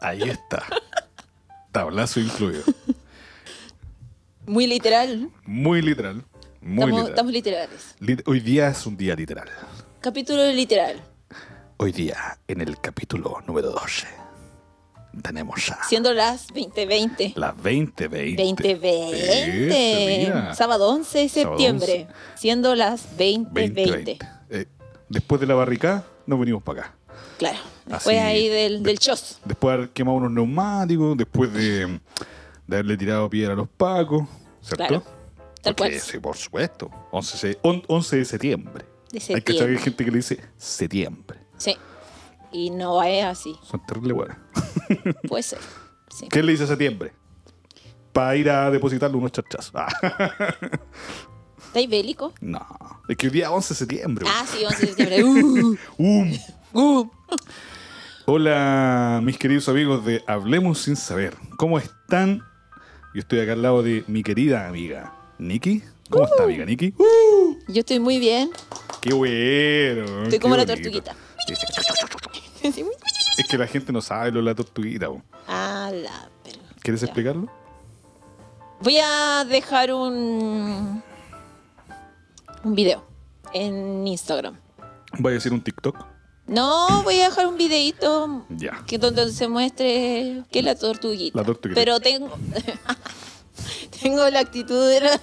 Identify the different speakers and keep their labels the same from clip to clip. Speaker 1: Ahí está. Tablazo incluido.
Speaker 2: Muy literal.
Speaker 1: Muy literal. Muy
Speaker 2: estamos,
Speaker 1: literal.
Speaker 2: estamos literales.
Speaker 1: Lit- Hoy día es un día literal.
Speaker 2: Capítulo literal.
Speaker 1: Hoy día, en el capítulo número 12, tenemos a
Speaker 2: Siendo las 2020.
Speaker 1: las 2020.
Speaker 2: 2020.
Speaker 1: Eso, mira.
Speaker 2: Sábado 11 de
Speaker 1: Sábado
Speaker 2: septiembre. Siendo las 2020.
Speaker 1: 2020. Eh, después de la barricada, nos venimos para acá.
Speaker 2: Claro.
Speaker 1: Así,
Speaker 2: Después ahí del,
Speaker 1: de-
Speaker 2: del chos.
Speaker 1: Después de haber quemado unos neumáticos, después de, de haberle tirado piedra a los pacos, ¿cierto?
Speaker 2: Claro, tal
Speaker 1: Porque
Speaker 2: cual.
Speaker 1: Sí, por supuesto. 11, se- on- 11 de septiembre.
Speaker 2: De
Speaker 1: Hay que saber
Speaker 2: septiembre.
Speaker 1: que hay gente que le dice septiembre.
Speaker 2: Sí. Y no es así.
Speaker 1: Son terrible buenas.
Speaker 2: Puede ser. Sí.
Speaker 1: ¿Qué le dice septiembre? Para ir a depositarle unos chachazos. Ah,
Speaker 2: ¿Estáis bélico?
Speaker 1: no. Es que hoy día es 11 de septiembre.
Speaker 2: Ah, sí, 11 de septiembre. Uh,
Speaker 1: Um.
Speaker 2: uh.
Speaker 1: Hola, mis queridos amigos de Hablemos sin Saber. ¿Cómo están? Yo estoy acá al lado de mi querida amiga Nikki. ¿Cómo
Speaker 2: Uh.
Speaker 1: está, amiga Nikki?
Speaker 2: Yo estoy muy bien.
Speaker 1: ¡Qué bueno!
Speaker 2: Estoy
Speaker 1: qué
Speaker 2: como la
Speaker 1: bonito.
Speaker 2: tortuguita.
Speaker 1: Es que la gente no sabe lo de la tortuguita. po.
Speaker 2: Ah, la pero.
Speaker 1: ¿Quieres
Speaker 2: ya.
Speaker 1: explicarlo?
Speaker 2: Voy a dejar un. Un video en Instagram.
Speaker 1: Voy a decir un TikTok.
Speaker 2: No, voy a dejar un videito
Speaker 1: Ya.
Speaker 2: que donde se muestre que es la tortuguita.
Speaker 1: La tortuguita.
Speaker 2: Pero tengo. tengo la actitud de. la-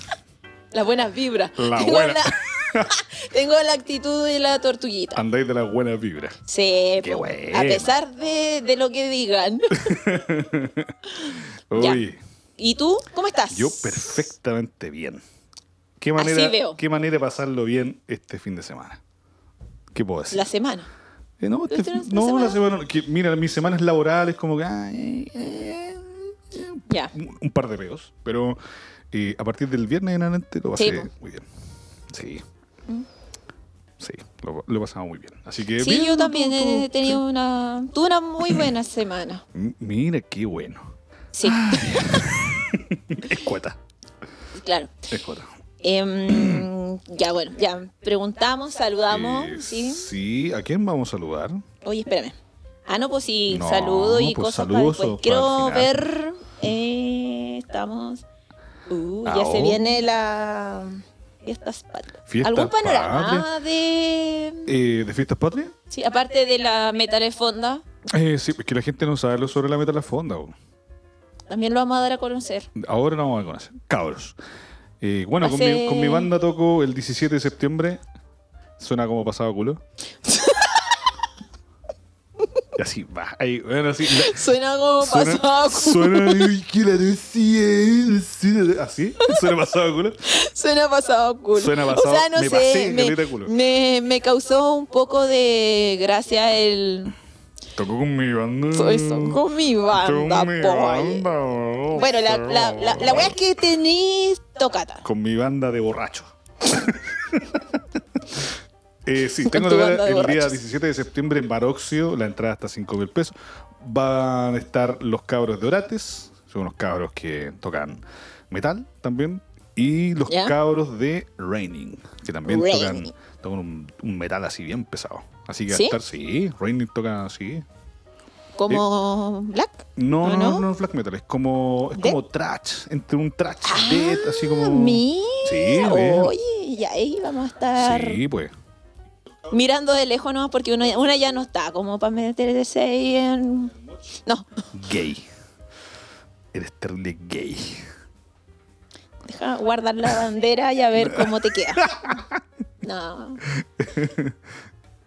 Speaker 2: las buenas vibras.
Speaker 1: La
Speaker 2: tengo,
Speaker 1: buena.
Speaker 2: la- tengo la actitud de la tortuguita.
Speaker 1: Andáis de las buenas vibras.
Speaker 2: Sí,
Speaker 1: Ah, Qué
Speaker 2: po,
Speaker 1: buena.
Speaker 2: a pesar de, de lo que digan. Ya.
Speaker 1: Uy,
Speaker 2: ¿Y tú? ¿Cómo estás?
Speaker 1: yo perfectamente bien. ¿Qué
Speaker 2: Así
Speaker 1: manera,
Speaker 2: veo.
Speaker 1: ¿Qué manera de pasarlo bien este fin de semana? ¿Qué puedo decir?
Speaker 2: La semana.
Speaker 1: Eh, no, este-
Speaker 2: ¿Tuviste una
Speaker 1: no,
Speaker 2: semana?
Speaker 1: la semana. no, que, mira, mis semanas laborales, como que. ah, eh, eh, eh,
Speaker 2: Ya.
Speaker 1: un, un par de peos. Pero eh, a partir del viernes en adelante lo
Speaker 2: Sí,
Speaker 1: pasé
Speaker 2: po. Mm.
Speaker 1: muy bien. Sí. Sí, lo, lo he pasado muy bien. Así que.
Speaker 2: Sí,
Speaker 1: bien,
Speaker 2: yo
Speaker 1: todo-
Speaker 2: también
Speaker 1: todo-
Speaker 2: he tenido una. Tuve una muy buena semana.
Speaker 1: sí. M- Mira, qué bueno.
Speaker 2: Sí,
Speaker 1: Ah. Es cuota.
Speaker 2: claro.
Speaker 1: Es cuota.
Speaker 2: Em, ya, bueno, ya. Preguntamos, saludamos,
Speaker 1: Eh,
Speaker 2: ¿sí?
Speaker 1: Sí, ¿a quién vamos a saludar?
Speaker 2: Oye, espérame. Ah, no, pues sí,
Speaker 1: No,
Speaker 2: saludo y
Speaker 1: pues
Speaker 2: cosas
Speaker 1: saludos
Speaker 2: para después.
Speaker 1: para el
Speaker 2: Quiero
Speaker 1: final.
Speaker 2: ver. eh, estamos. Uh, ya
Speaker 1: Ah,
Speaker 2: se
Speaker 1: oh.
Speaker 2: viene la. Fiestas patrias.
Speaker 1: Fiestas
Speaker 2: ¿Algún panorama de.
Speaker 1: Eh, ¿De Fiestas Patrias?
Speaker 2: Sí, aparte de la metalefonda,
Speaker 1: Eh, sí, es que la gente no sabe lo sobre la meta de la fonda. po.
Speaker 2: también lo vamos a dar a conocer.
Speaker 1: Ahora no vamos a conocer. Cabros. Eh, bueno, con,
Speaker 2: Hace-
Speaker 1: mi, con mi banda toco el 17 de septiembre. Suena como pasado culo. y así va. Ahí, bueno, así. la-
Speaker 2: Suena como
Speaker 1: suena,
Speaker 2: pasado a culo.
Speaker 1: suena- ay, que la decía, decía, así. Suena pasado culo.
Speaker 2: Suena pasado culo.
Speaker 1: Suena pasado-
Speaker 2: o sea, no
Speaker 1: me
Speaker 2: sé,
Speaker 1: pasé,
Speaker 2: me,
Speaker 1: caleta culo.
Speaker 2: me- me causó un poco de gracia el
Speaker 1: Tocó con mi banda.
Speaker 2: eso con mi
Speaker 1: Tocó
Speaker 2: banda,
Speaker 1: Mm. con mi
Speaker 2: po.
Speaker 1: banda.
Speaker 2: Bueno, la, la, la, la wea es que tenés tocata.
Speaker 1: Con mi banda de borracho. Eh, sí,
Speaker 2: Con
Speaker 1: tengo
Speaker 2: tu
Speaker 1: que ver
Speaker 2: banda de
Speaker 1: el día
Speaker 2: borrachos.
Speaker 1: 17 de septiembre en Baroxio, la entrada está 5 mil pesos. Van a estar los cabros de Orates, son unos cabros que tocan metal también, y los
Speaker 2: ¿Ya?
Speaker 1: cabros de Raining, que también
Speaker 2: Raining.
Speaker 1: tocan, tocan un, un metal así bien pesado. Así que va a
Speaker 2: ¿Sí?
Speaker 1: estar, sí, Raining toca así.
Speaker 2: Como Black.
Speaker 1: No,
Speaker 2: ¿O
Speaker 1: no, no,
Speaker 2: no?
Speaker 1: es black metal, es como, es
Speaker 2: ¿Death?
Speaker 1: como trash, entre un trash y death, así como...
Speaker 2: Ah, mira.
Speaker 1: Sí, a ver.
Speaker 2: Oye, y ahí vamos a estar
Speaker 1: Sí, pues.
Speaker 2: mirando de lejos, ¿no? Porque uno, una ya no está como para meterse ahí en. No,
Speaker 1: gay. Eres terrible gay.
Speaker 2: deja guardar la bandera y a ver cómo te queda. No.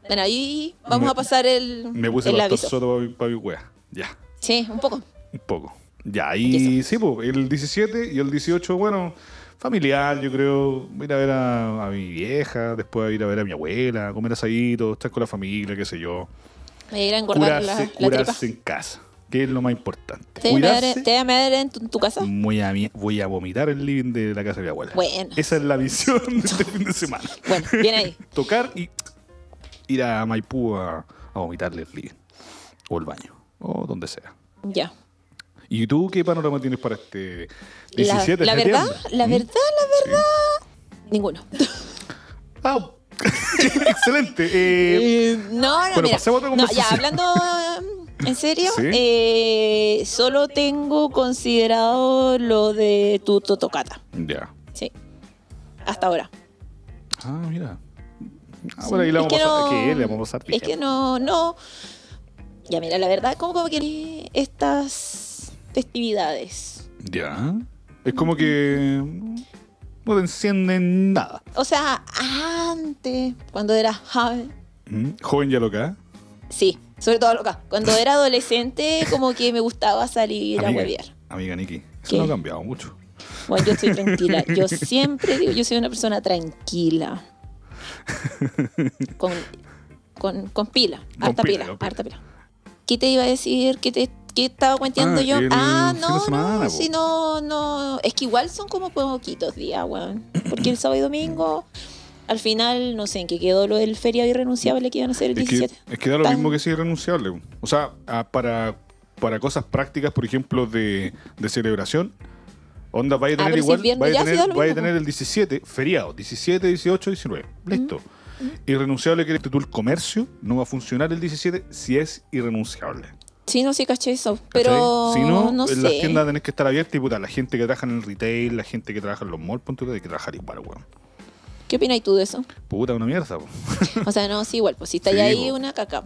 Speaker 2: Bueno, ahí vamos a pasar el,
Speaker 1: Me puse
Speaker 2: el
Speaker 1: pastor
Speaker 2: aviso.
Speaker 1: soto para mi, pa' mi wea. Ya,
Speaker 2: Sí, un poco.
Speaker 1: un poco. Ya, y sí, pues, el 17 y el 18, bueno, familiar, yo creo. Voy a ir a ver a, a mi vieja, después ir a ver a mi abuela, comer asadito, estar con la familia, qué sé yo.
Speaker 2: Me irá a engordar la,
Speaker 1: Curarse,
Speaker 2: la tripa.
Speaker 1: curarse en casa, que es lo más importante.
Speaker 2: ¿Te voy a meter-
Speaker 1: Cuidarse.
Speaker 2: te voy a meter en tu, en tu casa?
Speaker 1: Voy a, mi- voy a vomitar el living de la casa de mi abuela.
Speaker 2: Bueno.
Speaker 1: Esa es la visión de este fin de semana.
Speaker 2: Bueno, bien ahí.
Speaker 1: tocar y ir a Maipú a, a vomitarle el living. O el baño. O donde sea.
Speaker 2: Ya.
Speaker 1: ¿Y tú qué panorama tienes para este
Speaker 2: La,
Speaker 1: 17 de
Speaker 2: la verdad,
Speaker 1: septiembre?
Speaker 2: la
Speaker 1: ¿Mm?
Speaker 2: verdad, la verdad. Ninguno.
Speaker 1: Ah, Excelente. Eh,
Speaker 2: no, no,
Speaker 1: bueno,
Speaker 2: mira.
Speaker 1: pasemos a otra
Speaker 2: Eh, No, ya
Speaker 1: conversación.
Speaker 2: hablando. mm, ¿En serio?
Speaker 1: Sí.
Speaker 2: Eh, solo tengo considerado lo de tu totocata.
Speaker 1: Ya.
Speaker 2: Sí. Hasta ahora.
Speaker 1: Ah, mira. Ah,
Speaker 2: Sí.
Speaker 1: bueno, ahí la vamos
Speaker 2: Es
Speaker 1: a
Speaker 2: que
Speaker 1: pasar.
Speaker 2: no-
Speaker 1: ¿Qué? Le vamos a pasar
Speaker 2: Es que no, no. Ya mira, la verdad, como, como que estas festividades.
Speaker 1: Ya. Es como que no te encienden nada.
Speaker 2: O sea, antes, cuando era joven.
Speaker 1: Mm, Joven y loca.
Speaker 2: Sí, sobre todo acá. Cuando era adolescente, como que me gustaba salir a huevear.
Speaker 1: amiga Nikki. Eso
Speaker 2: ¿Qué?
Speaker 1: no ha cambiado mucho.
Speaker 2: Bueno, yo estoy tranquila. Yo siempre digo, yo soy una persona tranquila. Con, con, con pila,
Speaker 1: Con
Speaker 2: harta
Speaker 1: pila,
Speaker 2: pila,
Speaker 1: con pila.
Speaker 2: harta pila. ¿Qué te iba a decir? ¿Qué, te, qué estaba cuenteando
Speaker 1: Ah,
Speaker 2: yo?
Speaker 1: el
Speaker 2: Ah,
Speaker 1: fin de
Speaker 2: no,
Speaker 1: semana,
Speaker 2: no, sí,
Speaker 1: po.
Speaker 2: no, no. Es que igual son como poquitos días, weón. Porque el sábado y domingo, al final, no sé en qué quedó lo del feriado irrenunciable que iban a hacer el
Speaker 1: Es que,
Speaker 2: 17.
Speaker 1: es que da lo
Speaker 2: Tan-
Speaker 1: mismo que es irrenunciable. O sea, ah, para, para cosas prácticas, por ejemplo, de, de celebración, onda, vaya a
Speaker 2: Ah,
Speaker 1: tener
Speaker 2: pero si es
Speaker 1: igual,
Speaker 2: viernes
Speaker 1: vaya a
Speaker 2: ya, sí da
Speaker 1: tener,
Speaker 2: lo
Speaker 1: vaya a
Speaker 2: mismo,
Speaker 1: tener el 17, feriado, 17, 18, 19. Listo. Irrenunciable que tú el comercio no va a funcionar el 17 si es irrenunciable.
Speaker 2: Sí, no, sí, caché eso.
Speaker 1: ¿cachai?
Speaker 2: Pero
Speaker 1: si no,
Speaker 2: no
Speaker 1: en las
Speaker 2: sé.
Speaker 1: tiendas tenés que estar abiertas y puta, la gente que trabaja en el retail, la gente que trabaja en los malls, ponte tú, hay que trabajar igual, weón.
Speaker 2: ¿Qué opinas tú de eso?
Speaker 1: Puta, una mierda, weón.
Speaker 2: O sea, no, sí, igual, pues si está
Speaker 1: Sí,
Speaker 2: ahí
Speaker 1: po.
Speaker 2: una caca.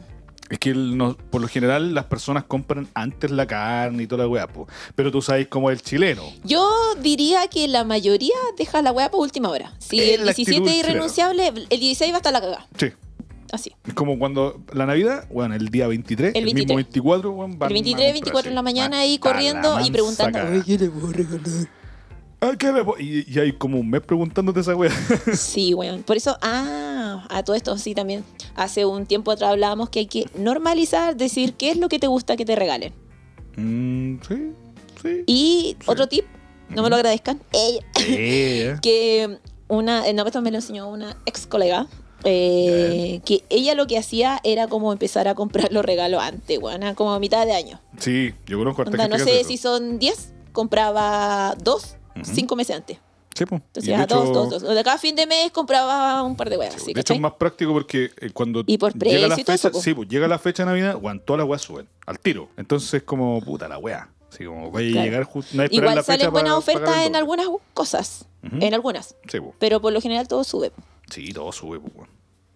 Speaker 1: Es que el- no- por lo general las personas compran antes la carne y toda la weá, po. pero tú sabes cómo es el chileno.
Speaker 2: Yo diría que la mayoría deja la weá por última hora. Si
Speaker 1: Es
Speaker 2: el
Speaker 1: la actitud
Speaker 2: 17 es irrenunciable, el 16 va a estar la cagada.
Speaker 1: Sí.
Speaker 2: Así.
Speaker 1: Es como cuando la Navidad, bueno, el día 23, el,
Speaker 2: El
Speaker 1: mismo
Speaker 2: 23.
Speaker 1: 24, weón, van
Speaker 2: El
Speaker 1: a
Speaker 2: 23,
Speaker 1: comprar
Speaker 2: 24 en la
Speaker 1: así,
Speaker 2: mañana
Speaker 1: hasta
Speaker 2: ahí corriendo
Speaker 1: la
Speaker 2: y preguntando.
Speaker 1: mansa
Speaker 2: "Oye,
Speaker 1: cagada.
Speaker 2: ¿qué le puedo regalar?".
Speaker 1: "Ay, ¿qué le po-?" Y, y hay como un mes preguntándote esa weá.
Speaker 2: Sí, weón. Por eso, ah, a todo esto sí también. Hace un tiempo atrás hablábamos que hay que normalizar, decir qué es lo que te gusta que te regalen.
Speaker 1: Mm, sí, sí.
Speaker 2: Y
Speaker 1: Sí.
Speaker 2: otro tip, no me lo agradezcan. eh,
Speaker 1: Eh,
Speaker 2: que una, eh, no, esto me lo enseñó una ex colega, eh, que ella lo que hacía era como empezar a comprar los regalos antes, weón, como a mitad de año.
Speaker 1: sí, yo conozco harta
Speaker 2: Onda,
Speaker 1: gente
Speaker 2: no
Speaker 1: que hace
Speaker 2: sé
Speaker 1: eso.
Speaker 2: si son 10, compraba 2,
Speaker 1: Ujú.
Speaker 2: 5 meses antes.
Speaker 1: Sí, po. Y
Speaker 2: Entonces,
Speaker 1: de
Speaker 2: ya,
Speaker 1: hecho-
Speaker 2: 2, 2, 2. O sea, cada fin de mes compraba un par de weas.
Speaker 1: Sí, pues,
Speaker 2: ¿sí,
Speaker 1: de hecho
Speaker 2: cachai?
Speaker 1: es más práctico porque eh, cuando
Speaker 2: Y por
Speaker 1: llega la
Speaker 2: precio y todo eso,
Speaker 1: fecha,
Speaker 2: po.
Speaker 1: sí, pues, llega la fecha de Navidad, weón, todas las weas suben al tiro. Entonces como puta la wea. Así como vaya a
Speaker 2: Claro.
Speaker 1: llegar justo, no hay que esperar la
Speaker 2: Igual
Speaker 1: fecha
Speaker 2: salen buenas
Speaker 1: para
Speaker 2: ofertas
Speaker 1: pagar el
Speaker 2: en
Speaker 1: doble.
Speaker 2: algunas cosas,
Speaker 1: Ujú.
Speaker 2: en algunas,
Speaker 1: Sí, po.
Speaker 2: pero por lo general todo sube.
Speaker 1: Sí, todo sube, pues, weón.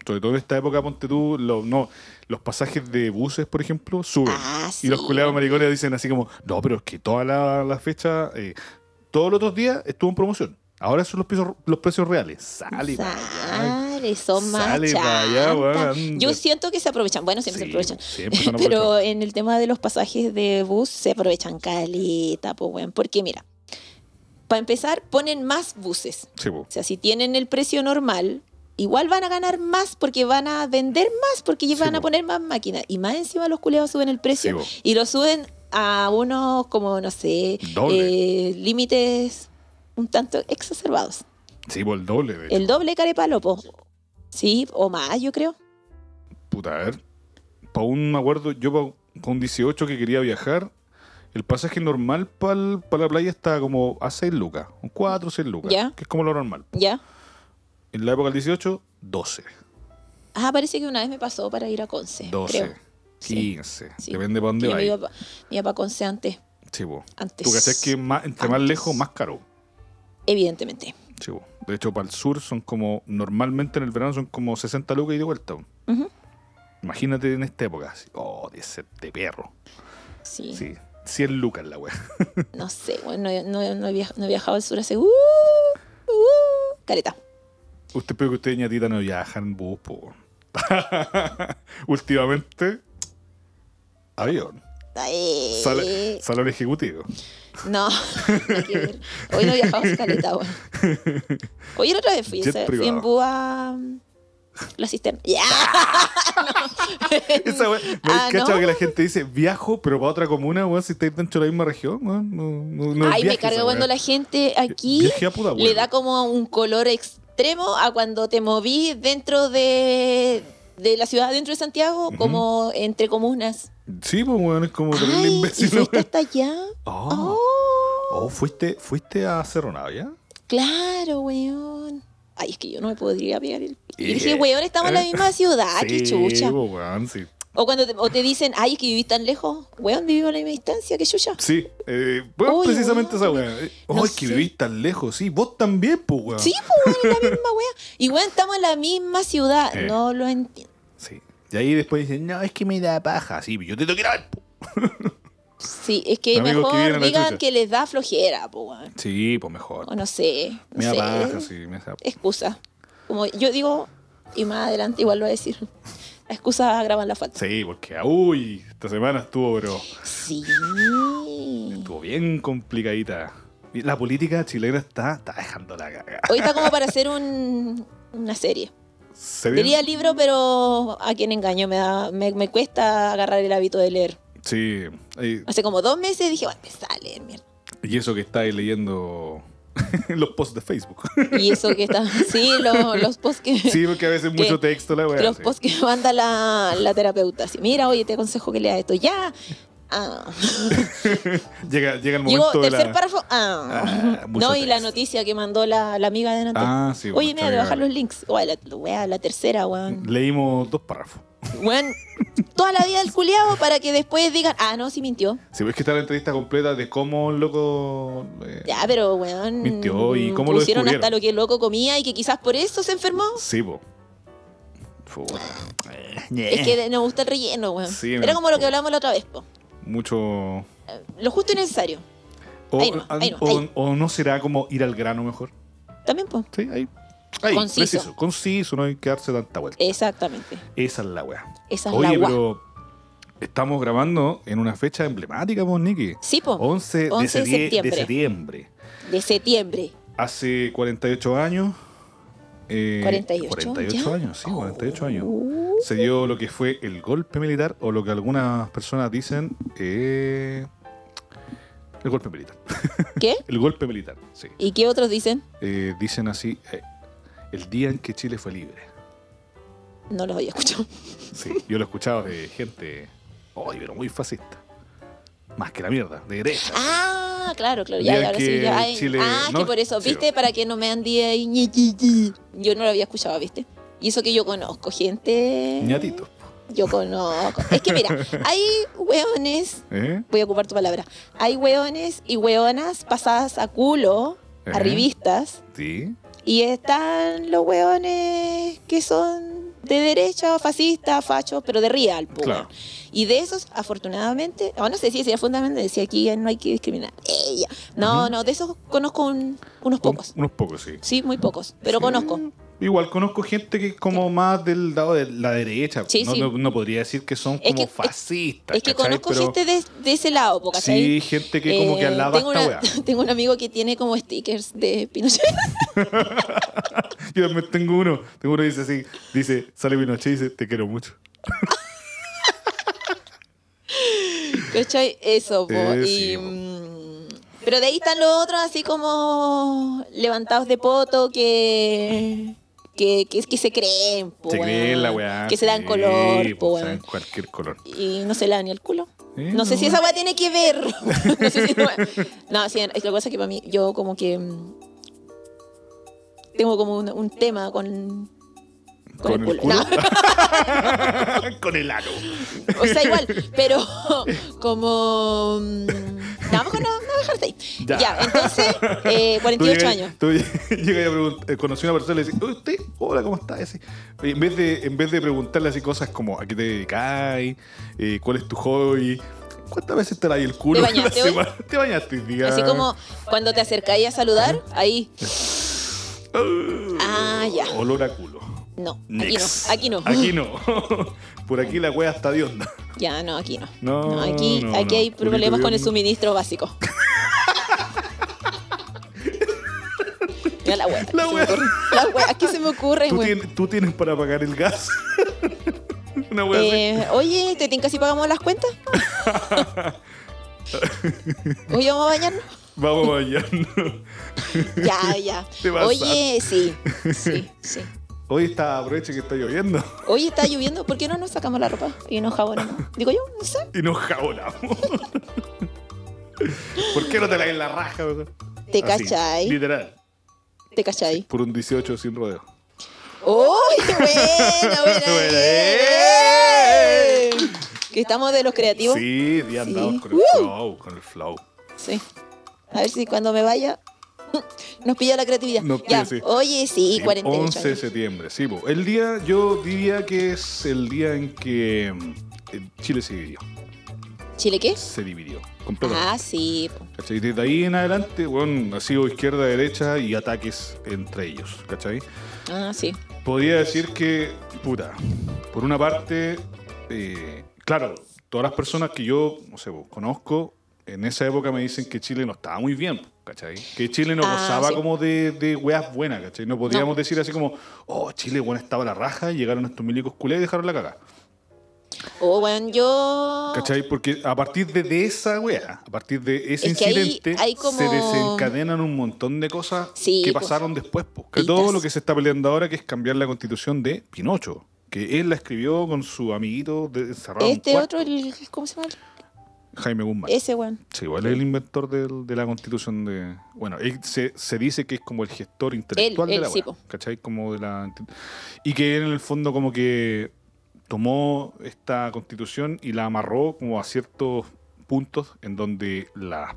Speaker 1: Sobre todo en esta época, ponte tú, los, no, los pasajes de buses, por ejemplo, suben.
Speaker 2: Ah,
Speaker 1: y los
Speaker 2: sí.
Speaker 1: culeados maricones dicen así como, no, pero es que toda la, la fecha, eh, todos los otros días estuvo en promoción. Ahora son los, pisos- los precios reales. Sale, pa' allá.
Speaker 2: Sale, son más
Speaker 1: Sale pa' allá,
Speaker 2: chantas.
Speaker 1: weón.
Speaker 2: Yo siento que se aprovechan, bueno, siempre se
Speaker 1: Sí,
Speaker 2: aprovechan.
Speaker 1: siempre se van a
Speaker 2: Pero
Speaker 1: aprovechar.
Speaker 2: en el tema de los pasajes de bus se aprovechan caleta, pues weón. Porque mira, para empezar ponen más buses.
Speaker 1: Sí, pues. po.
Speaker 2: O sea, si tienen el precio normal, igual van a ganar más porque van a vender más porque ellos
Speaker 1: Sí,
Speaker 2: van a
Speaker 1: po.
Speaker 2: poner más máquinas. Y más encima los culeados suben el precio
Speaker 1: Sí, po.
Speaker 2: y lo suben a unos como, no sé,
Speaker 1: Doble.
Speaker 2: eh, límites un tanto exacerbados.
Speaker 1: Sí, po, el doble, de hecho.
Speaker 2: El doble carepalopo. Sí, o más, yo creo.
Speaker 1: Puta, a ver. Para un me acuerdo, yo pa- con 18 que quería viajar, el pasaje normal para la playa está como a 6 lucas, 4 o 6 lucas,
Speaker 2: Ya.
Speaker 1: que es como lo normal.
Speaker 2: ¿Ya?
Speaker 1: En la época del 18, 12,
Speaker 2: Ah, parece que una vez me pasó para ir a Conce.
Speaker 1: 12,
Speaker 2: creo.
Speaker 1: 15,
Speaker 2: Sí.
Speaker 1: depende para dónde
Speaker 2: Porque Mi
Speaker 1: vayas.
Speaker 2: papá, mi papá Conce antes,
Speaker 1: Sí, po.
Speaker 2: antes.
Speaker 1: Tú cachás que más, entre más
Speaker 2: Antes.
Speaker 1: lejos, más caro.
Speaker 2: Evidentemente.
Speaker 1: Sí, po. De hecho, para el sur son como, normalmente en el verano son como 60 lucas y de vuelta. po.
Speaker 2: Ujú.
Speaker 1: Imagínate en esta época, así, oh, de ser de perro.
Speaker 2: Sí.
Speaker 1: Sí, 100 lucas la wea.
Speaker 2: No sé, bueno, no, no- no he viaj- no he viajado al sur hace. Uh, uh, careta.
Speaker 1: Usted pero que usted ñatita no viajan en bus, po. weón. Últimamente, avión.
Speaker 2: Ay, Eh.
Speaker 1: Sale, salón ejecutivo.
Speaker 2: No, nada que ver. Hoy no he viajado a careta, bueno. Hoy la otra vez fui,
Speaker 1: Jet
Speaker 2: o sea, fui
Speaker 1: privado.
Speaker 2: en Búa. La cisterna. ¡Ya!
Speaker 1: Esa wea, ¿no
Speaker 2: Ah,
Speaker 1: hay cachado
Speaker 2: ¿no?
Speaker 1: que la gente dice viajo, pero para otra comuna, weón, si estáis dentro de la misma región, weón? No, no, no es
Speaker 2: Ay, me
Speaker 1: viaje
Speaker 2: carga
Speaker 1: esa
Speaker 2: cuando
Speaker 1: wea.
Speaker 2: la gente aquí
Speaker 1: Viaje a Pudahuel.
Speaker 2: le da como un color extremo a cuando te moví dentro de, de la ciudad, dentro de Santiago, como entre comunas.
Speaker 1: Sí, pues, weón, es como terrible
Speaker 2: Ay, ¿y
Speaker 1: imbécil,
Speaker 2: fuiste
Speaker 1: weón.
Speaker 2: hasta allá?
Speaker 1: Oh,
Speaker 2: Oh,
Speaker 1: oh, fuiste, fuiste a Cerro Navia.
Speaker 2: claro, weón. Ay, es que yo no me podría pegar el... Y
Speaker 1: Eh,
Speaker 2: dije, weón, estamos en la
Speaker 1: eh.
Speaker 2: misma ciudad, Ah, qué
Speaker 1: sí,
Speaker 2: chucha.
Speaker 1: pues, weón, sí.
Speaker 2: O cuando te, o te dicen, ay, es que vivís tan lejos. Weón, vivo a la misma distancia que yo ya.
Speaker 1: Sí, eh, bueno,
Speaker 2: Oye,
Speaker 1: precisamente
Speaker 2: weón,
Speaker 1: esa weá. Eh,
Speaker 2: no
Speaker 1: Ay, que
Speaker 2: sé.
Speaker 1: vivís tan lejos, sí, vos también, pues weón.
Speaker 2: Sí, pues, weón, es la misma wea. Y weón, estamos en la misma ciudad.
Speaker 1: Eh.
Speaker 2: No lo entiendo.
Speaker 1: Sí. Y ahí después dicen, no, es que me da paja, sí, pero yo te tengo que ir a ver. po.
Speaker 2: Sí, es que
Speaker 1: Amigos que viven
Speaker 2: mejor
Speaker 1: a la
Speaker 2: digan
Speaker 1: chucha.
Speaker 2: que les da flojera, pues, weón.
Speaker 1: Sí, pues mejor.
Speaker 2: O no sé. No
Speaker 1: me da
Speaker 2: sé.
Speaker 1: paja, sí, me da
Speaker 2: Excusa. Como yo digo, y más adelante igual lo voy a decir. La excusa agravan la falta.
Speaker 1: Sí, porque, uy, esta semana estuvo, pero
Speaker 2: Sí.
Speaker 1: estuvo bien complicadita. Y La política chilena está, está dejando la caga.
Speaker 2: Hoy está como para hacer un- una serie.
Speaker 1: ¿Se ven?
Speaker 2: Diría libro, pero a quien engaño me, da- me, me cuesta agarrar el hábito de leer.
Speaker 1: Sí. Ay,
Speaker 2: Hace como dos meses dije, voy a empezar a leer, mierda.
Speaker 1: Y eso que estáis leyendo los posts de Facebook.
Speaker 2: Y eso que está. Sí, lo- los posts que.
Speaker 1: Sí, porque a veces mucho texto la weá.
Speaker 2: los
Speaker 1: sí.
Speaker 2: posts que manda la, la terapeuta. Así, mira, oye, te aconsejo que leas esto. Ya. Ah.
Speaker 1: Llega, llega el
Speaker 2: Llegó
Speaker 1: momento de
Speaker 2: tercer
Speaker 1: la...
Speaker 2: párrafo. Ah.
Speaker 1: Ah, mucho
Speaker 2: no, y la
Speaker 1: texto.
Speaker 2: noticia que mandó la, la amiga de Natalia.
Speaker 1: Ah, sí, bueno,
Speaker 2: oye, mira,
Speaker 1: está
Speaker 2: de bajar
Speaker 1: bien.
Speaker 2: los links. Guau, la, weá, la tercera, weón.
Speaker 1: Leímos dos párrafos.
Speaker 2: Weón, toda la vida del culiao para que después digan, ah, no, sí mintió.
Speaker 1: Si ves pues, que está la entrevista completa de cómo el loco... eh,
Speaker 2: Ya, pero weón.
Speaker 1: Mintió, ¿y cómo lo
Speaker 2: Pusieron
Speaker 1: descubrieron?
Speaker 2: hasta lo que el loco comía y que quizás por eso se enfermó.
Speaker 1: Sí, po. Fue
Speaker 2: Es que nos gusta el relleno, weón.
Speaker 1: Sí,
Speaker 2: Era
Speaker 1: me-
Speaker 2: como lo que hablamos la otra vez, po.
Speaker 1: Mucho... O,
Speaker 2: Lo justo y necesario. Ahí no, ahí no,
Speaker 1: o-
Speaker 2: ahí.
Speaker 1: o no será como ir al grano mejor.
Speaker 2: También, po.
Speaker 1: Sí, ahí. Ahí,
Speaker 2: Conciso.
Speaker 1: preciso. Conciso, no hay que darse tanta vuelta.
Speaker 2: Exactamente.
Speaker 1: Esa es la weá.
Speaker 2: Esa es
Speaker 1: Oye,
Speaker 2: la weá.
Speaker 1: pero estamos grabando en una fecha emblemática, pues, Nicky.
Speaker 2: Sí, po.
Speaker 1: 11,
Speaker 2: 11 de
Speaker 1: de, septie-
Speaker 2: septiembre.
Speaker 1: de septiembre.
Speaker 2: De septiembre.
Speaker 1: Hace 48 años. eh,
Speaker 2: 48,
Speaker 1: 48
Speaker 2: ¿ya? Oh.
Speaker 1: años, sí, 48 años.
Speaker 2: Uh.
Speaker 1: Se dio lo que fue el golpe militar o lo que algunas personas dicen. eh, el golpe militar.
Speaker 2: ¿Qué?
Speaker 1: El golpe militar, sí.
Speaker 2: ¿Y qué otros dicen?
Speaker 1: Eh, dicen así: eh, el día en que Chile fue libre.
Speaker 2: No los había escuchado.
Speaker 1: Sí, yo lo he escuchado de gente. Oye, pero muy fascista. Más que la mierda, de derecha.
Speaker 2: Ah, claro, claro.
Speaker 1: Ya
Speaker 2: Ya, ya, ahora
Speaker 1: que
Speaker 2: sí. ya. Ay,
Speaker 1: Chile-
Speaker 2: ah,
Speaker 1: no,
Speaker 2: que por eso,
Speaker 1: sí,
Speaker 2: ¿viste?
Speaker 1: no.
Speaker 2: Para que no me ande ahí. ñi, ñi, ñi. Yo no lo había escuchado, ¿viste? Y eso que yo conozco, gente.
Speaker 1: Ñatito.
Speaker 2: Yo conozco. Es que mira, hay hueones.
Speaker 1: ¿Eh?
Speaker 2: Voy a ocupar tu palabra. Hay hueones y hueonas pasadas a culo, a
Speaker 1: Ajá.
Speaker 2: revistas.
Speaker 1: Sí.
Speaker 2: Y están los hueones que son de derecha, fascistas, fachos, pero de real, po,
Speaker 1: Claro.
Speaker 2: weón. Y de esos, afortunadamente, o no sé si sería fundamental decía aquí no hay que discriminar. Ella. No,
Speaker 1: Ujú.
Speaker 2: no, de esos conozco un- unos
Speaker 1: Un-
Speaker 2: pocos.
Speaker 1: unos pocos, sí.
Speaker 2: Sí, muy pocos, pero
Speaker 1: Sí.
Speaker 2: conozco.
Speaker 1: Igual conozco gente que es como más del lado de la derecha.
Speaker 2: Eh, Sí,
Speaker 1: no,
Speaker 2: sí.
Speaker 1: no- no podría decir que son
Speaker 2: Es
Speaker 1: como
Speaker 2: que-
Speaker 1: fascistas.
Speaker 2: Es que
Speaker 1: ¿cachai?
Speaker 2: conozco
Speaker 1: Pero
Speaker 2: gente de, de ese lado, po, ¿cachai?
Speaker 1: Sí, gente que como que
Speaker 2: Eh,
Speaker 1: alaba
Speaker 2: tengo,
Speaker 1: esta
Speaker 2: una-
Speaker 1: weá.
Speaker 2: tengo un amigo que tiene como stickers de Pinochet.
Speaker 1: Yo también tengo uno. Tengo uno que dice así: dice, sale Pinochet y dice, te quiero mucho.
Speaker 2: ¿Cachai? Eso, po.
Speaker 1: Eh,
Speaker 2: y,
Speaker 1: sí, po.
Speaker 2: mm, pero de ahí están los otros así como levantados de poto que, que, que, que se creen, po,
Speaker 1: Te creen la
Speaker 2: weón.
Speaker 1: weá.
Speaker 2: Que se dan
Speaker 1: sí,
Speaker 2: color, po,
Speaker 1: se dan
Speaker 2: weón.
Speaker 1: cualquier color.
Speaker 2: Y no se le dan ni el culo.
Speaker 1: Eh,
Speaker 2: no sé
Speaker 1: no.
Speaker 2: si esa weá tiene que ver. no sé si. No, sí, lo que pasa es que para mí, yo como que. mm, Tengo como un, un tema con. Con, el culo. No.
Speaker 1: Con el ano.
Speaker 2: O sea, igual, pero como... mm, No, mejor no, no dejarte ahí.
Speaker 1: Ya.
Speaker 2: Ya, entonces, eh, 48
Speaker 1: llegas-
Speaker 2: años.
Speaker 1: Tú llegas y preguntas, conocí a una persona y le dices, "Oye, ¿usted? Hola, ¿cómo está? Ese- oye, en, vez de, en vez de preguntarle así cosas como, ¿a qué te dedicáis? Eh, ¿Cuál es tu hobby? ¿Cuántas veces te ahí el culo?
Speaker 2: ¿Te
Speaker 1: en la
Speaker 2: bañaste hoy?
Speaker 1: semana? ¿Te bañaste? Diga,
Speaker 2: Así como cuando te acercáis a saludar, ahí, Ah, ya.
Speaker 1: Olor a culo.
Speaker 2: no, aquí no,
Speaker 1: Next.
Speaker 2: aquí no.
Speaker 1: Aquí no. Por aquí la wea está de onda.
Speaker 2: Ya, no, aquí no.
Speaker 1: No,
Speaker 2: No, aquí,
Speaker 1: no,
Speaker 2: aquí
Speaker 1: no.
Speaker 2: hay problemas
Speaker 1: Culito
Speaker 2: con el
Speaker 1: de-
Speaker 2: suministro básico. Ya la wea.
Speaker 1: La
Speaker 2: se me
Speaker 1: wea.
Speaker 2: ocurre. La wea, ¿Qué se me ocurre,
Speaker 1: ¿Tú,
Speaker 2: wea?
Speaker 1: tienes, tú tienes para pagar el gas? una wea así.
Speaker 2: Eh, oye, ¿te tinca si pagamos las cuentas? Oye, vamos a bañarnos.
Speaker 1: Vamos a bañarnos.
Speaker 2: Ya, ya.
Speaker 1: Te vas
Speaker 2: Oye, sí, sí, sí.
Speaker 1: Hoy está, aproveche que está lloviendo.
Speaker 2: Oye, está lloviendo, ¿por qué no nos sacamos la ropa y nos jabonamos? Digo yo, no sé.
Speaker 1: y nos jabonamos. ¿Por qué no te la en la raja?
Speaker 2: ¿Te
Speaker 1: Así,
Speaker 2: cachai?
Speaker 1: Literal,
Speaker 2: ¿Te cachai?
Speaker 1: por un 18 sin rodeo.
Speaker 2: ¡Uy, buena, buena!
Speaker 1: Buena,
Speaker 2: buena. Que estamos de los creativos.
Speaker 1: Sí, día andamos
Speaker 2: Sí.
Speaker 1: con el
Speaker 2: ¡Uh!
Speaker 1: flow, con el flow.
Speaker 2: Sí. A ver si cuando me vaya nos pilla la creatividad.
Speaker 1: Nos
Speaker 2: Ya.
Speaker 1: pilla, sí.
Speaker 2: Oye, sí,
Speaker 1: Sí,
Speaker 2: 48
Speaker 1: 11 de
Speaker 2: años.
Speaker 1: septiembre, sí. po. El día, yo diría que es el día en que mm, eh, Chile se dividió.
Speaker 2: ¿Chile qué?
Speaker 1: Se dividió. completamente.
Speaker 2: Ah, sí. po.
Speaker 1: ¿Cachai? Desde ahí en adelante, bueno, ha sido izquierda, derecha y ataques entre ellos, ¿cachai?
Speaker 2: Ah, sí.
Speaker 1: Podría decir que, puta, por una parte, eh, claro, todas las personas que yo, no sé, vos, conozco, en esa época me dicen que Chile no estaba muy bien, ¿cachai? Que Chile no
Speaker 2: Ah,
Speaker 1: gozaba
Speaker 2: sí.
Speaker 1: como de, de weas buenas, ¿cachai? No podíamos
Speaker 2: No.
Speaker 1: decir así como, oh, Chile, bueno, estaba la raja, y llegaron estos milicos culés y dejaron la cagada.
Speaker 2: O bueno, Oh, yo.
Speaker 1: ¿Cachai? Porque a partir de, de esa wea, a partir de ese
Speaker 2: Es que ahí
Speaker 1: incidente,
Speaker 2: hay como-
Speaker 1: se desencadenan un montón de cosas
Speaker 2: Sí,
Speaker 1: que
Speaker 2: pues.
Speaker 1: pasaron después. po. Que todo
Speaker 2: Pitas.
Speaker 1: lo que se está peleando ahora, que es cambiar la constitución de Pinocho, que él la escribió con su amiguito de, encerrado en un
Speaker 2: Este
Speaker 1: cuarto,
Speaker 2: otro, el, ¿cómo se llama?
Speaker 1: Jaime Guzmán.
Speaker 2: Ese, weón.
Speaker 1: Sí, igual es el inventor del- de la constitución de... Bueno, él se, se dice que es como el gestor intelectual
Speaker 2: él,
Speaker 1: de la
Speaker 2: sí,
Speaker 1: wea,
Speaker 2: po.
Speaker 1: ¿Cachai? Como de la... Y que él en el fondo como que tomó esta constitución y la amarró como a ciertos puntos en donde las,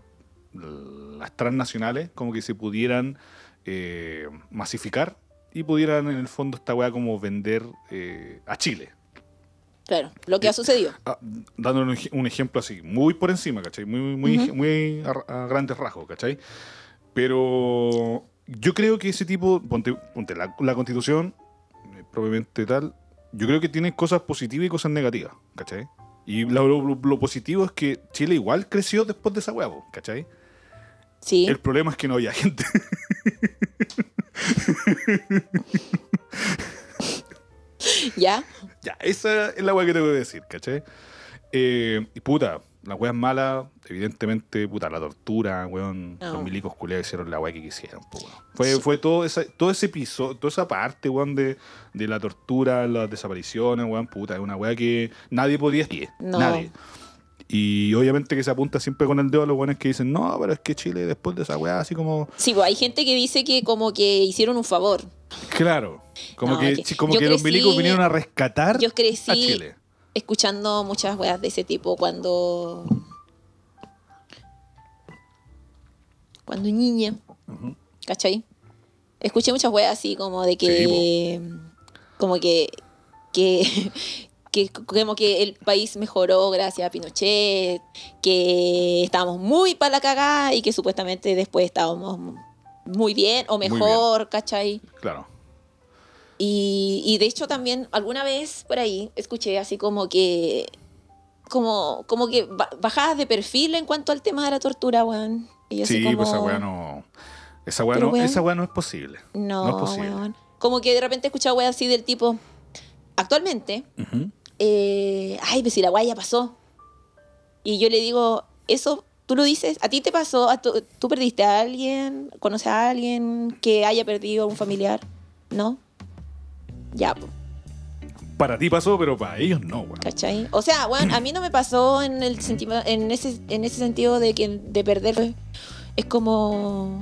Speaker 1: las transnacionales como que se pudieran eh, masificar y pudieran en el fondo esta weá como vender eh, a Chile,
Speaker 2: Claro, lo que ha sucedido.
Speaker 1: Ah, dando un, ej- un ejemplo así, muy por encima, ¿cachai? Muy, muy,
Speaker 2: Ujú.
Speaker 1: muy a, ra- a grandes rasgos, ¿cachai? Pero yo creo que ese tipo, ponte, ponte la, la constitución, eh, propiamente tal, yo creo que tiene cosas positivas y cosas negativas, ¿cachai? Y lo, lo- lo positivo es que Chile igual creció después de esa huevo, ¿cachai?
Speaker 2: Sí.
Speaker 1: El problema es que no había gente.
Speaker 2: Ya.
Speaker 1: Ya, esa es la weá que te voy a decir, ¿cachai? Eh, y puta, las weas malas, evidentemente, puta, la tortura, weón,
Speaker 2: No.
Speaker 1: los milicos culiados hicieron la weá que quisieron, po, weón. Fue,
Speaker 2: Oh. Sí.
Speaker 1: fue todo, esa, todo ese episodio, toda esa parte, weón, de, de la tortura, las desapariciones, weón, puta, es una weá que nadie podía estar.
Speaker 2: No.
Speaker 1: Nadie. Y obviamente que se apunta siempre con el dedo a los weones que dicen, no, pero es que Chile después de esa weá, así como.
Speaker 2: Sí, pues hay gente que dice que como que hicieron un favor.
Speaker 1: Claro. Como
Speaker 2: No,
Speaker 1: que,
Speaker 2: es que
Speaker 1: chi- como
Speaker 2: yo
Speaker 1: que los
Speaker 2: crecí-
Speaker 1: milicos vinieron a rescatar
Speaker 2: Yo crecí
Speaker 1: a Chile.
Speaker 2: escuchando muchas weas de ese tipo cuando. Cuando niña. ¿Cachai? Escuché muchas weas así como de que. como que. que que como que el país mejoró gracias a Pinochet, que estábamos muy para la cagada y que supuestamente después estábamos muy bien o
Speaker 1: Muy bien.
Speaker 2: mejor, ¿cachai?
Speaker 1: Claro.
Speaker 2: Y, y de hecho también alguna vez por ahí escuché así como que como, como que ba- bajadas de perfil en cuanto al tema de la tortura, weón. Y yo así
Speaker 1: Sí,
Speaker 2: como,
Speaker 1: pues esa weá no. Esa weá
Speaker 2: Pero,
Speaker 1: no,
Speaker 2: weón.
Speaker 1: esa weá no es posible.
Speaker 2: No,
Speaker 1: No es posible.
Speaker 2: weón. Como que de repente he escuchado weas así del tipo, actualmente,
Speaker 1: Ujú.
Speaker 2: eh, ay, pues si la weá ya pasó. Y yo le digo, eso, tú lo dices, a ti te pasó, ¿A tu- tú perdiste a alguien, conoces a alguien que haya perdido a un familiar, ¿no? Ya, pues.
Speaker 1: Para ti pasó, pero para ellos no, weón.
Speaker 2: ¿Cachai? O sea, weón, a mí no me pasó en el senti- en ese, en ese sentido de que de perder. pues, Es como.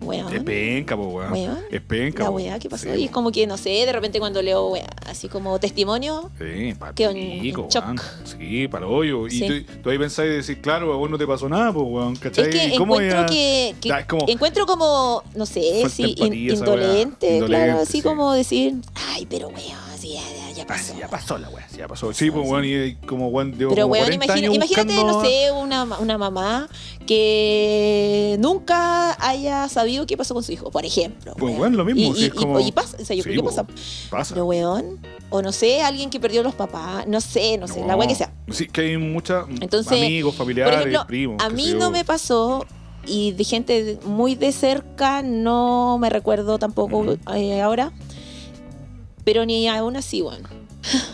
Speaker 1: Es
Speaker 2: Weón.
Speaker 1: penca, po, weón.
Speaker 2: Weón.
Speaker 1: Es penca,
Speaker 2: La
Speaker 1: po.
Speaker 2: weá que pasó.
Speaker 1: Sí,
Speaker 2: y es como que, no sé, de repente cuando leo weá, así como testimonio.
Speaker 1: Sí, para
Speaker 2: Quedó en-
Speaker 1: pico,
Speaker 2: en shock.
Speaker 1: weón. Sí, para el hoyo. Y
Speaker 2: Sí.
Speaker 1: tú, tú ahí pensás y decís, claro, a vos no te pasó nada, pues, weón. ¿Cachai?
Speaker 2: Es que
Speaker 1: ¿Y cómo
Speaker 2: encuentro
Speaker 1: ella-
Speaker 2: que. que-
Speaker 1: Ya, es como-
Speaker 2: Encuentro como, no sé,
Speaker 1: Falta
Speaker 2: sí, in-
Speaker 1: empatía esa weá.
Speaker 2: indolente, claro,
Speaker 1: Indolente,
Speaker 2: así
Speaker 1: sí.
Speaker 2: como decir, ay, pero weón, sí, ya, ya- ya
Speaker 1: Ah,
Speaker 2: pasó.
Speaker 1: sí, ya pasó la weá, sí, ya pasó. Sí, pues, weón, y eh, como, weón, llevo
Speaker 2: Pero,
Speaker 1: como
Speaker 2: weón,
Speaker 1: 40
Speaker 2: imagina-
Speaker 1: años
Speaker 2: imagínate, no
Speaker 1: buscando-
Speaker 2: sé, una, ma- una mamá que nunca haya sabido qué pasó con su hijo, por ejemplo.
Speaker 1: Pues, weón, lo mismo,
Speaker 2: Y,
Speaker 1: sí,
Speaker 2: y-
Speaker 1: es como-
Speaker 2: y pasa, o sea, yo
Speaker 1: Sí,
Speaker 2: creo que
Speaker 1: po,
Speaker 2: pasa.
Speaker 1: Pasa.
Speaker 2: Pero, weón, o no sé, alguien que perdió a los papás, no sé, no sé, la weá que sea.
Speaker 1: Sí, que hay muchas
Speaker 2: Entonces,
Speaker 1: amigos, familiares,
Speaker 2: por ejemplo,
Speaker 1: primos.
Speaker 2: A
Speaker 1: qué
Speaker 2: mí
Speaker 1: sé yo.
Speaker 2: no me pasó, y de gente de- muy de cerca, no me recuerdo tampoco
Speaker 1: Ujú.
Speaker 2: eh, ahora, pero ni aún así, weón.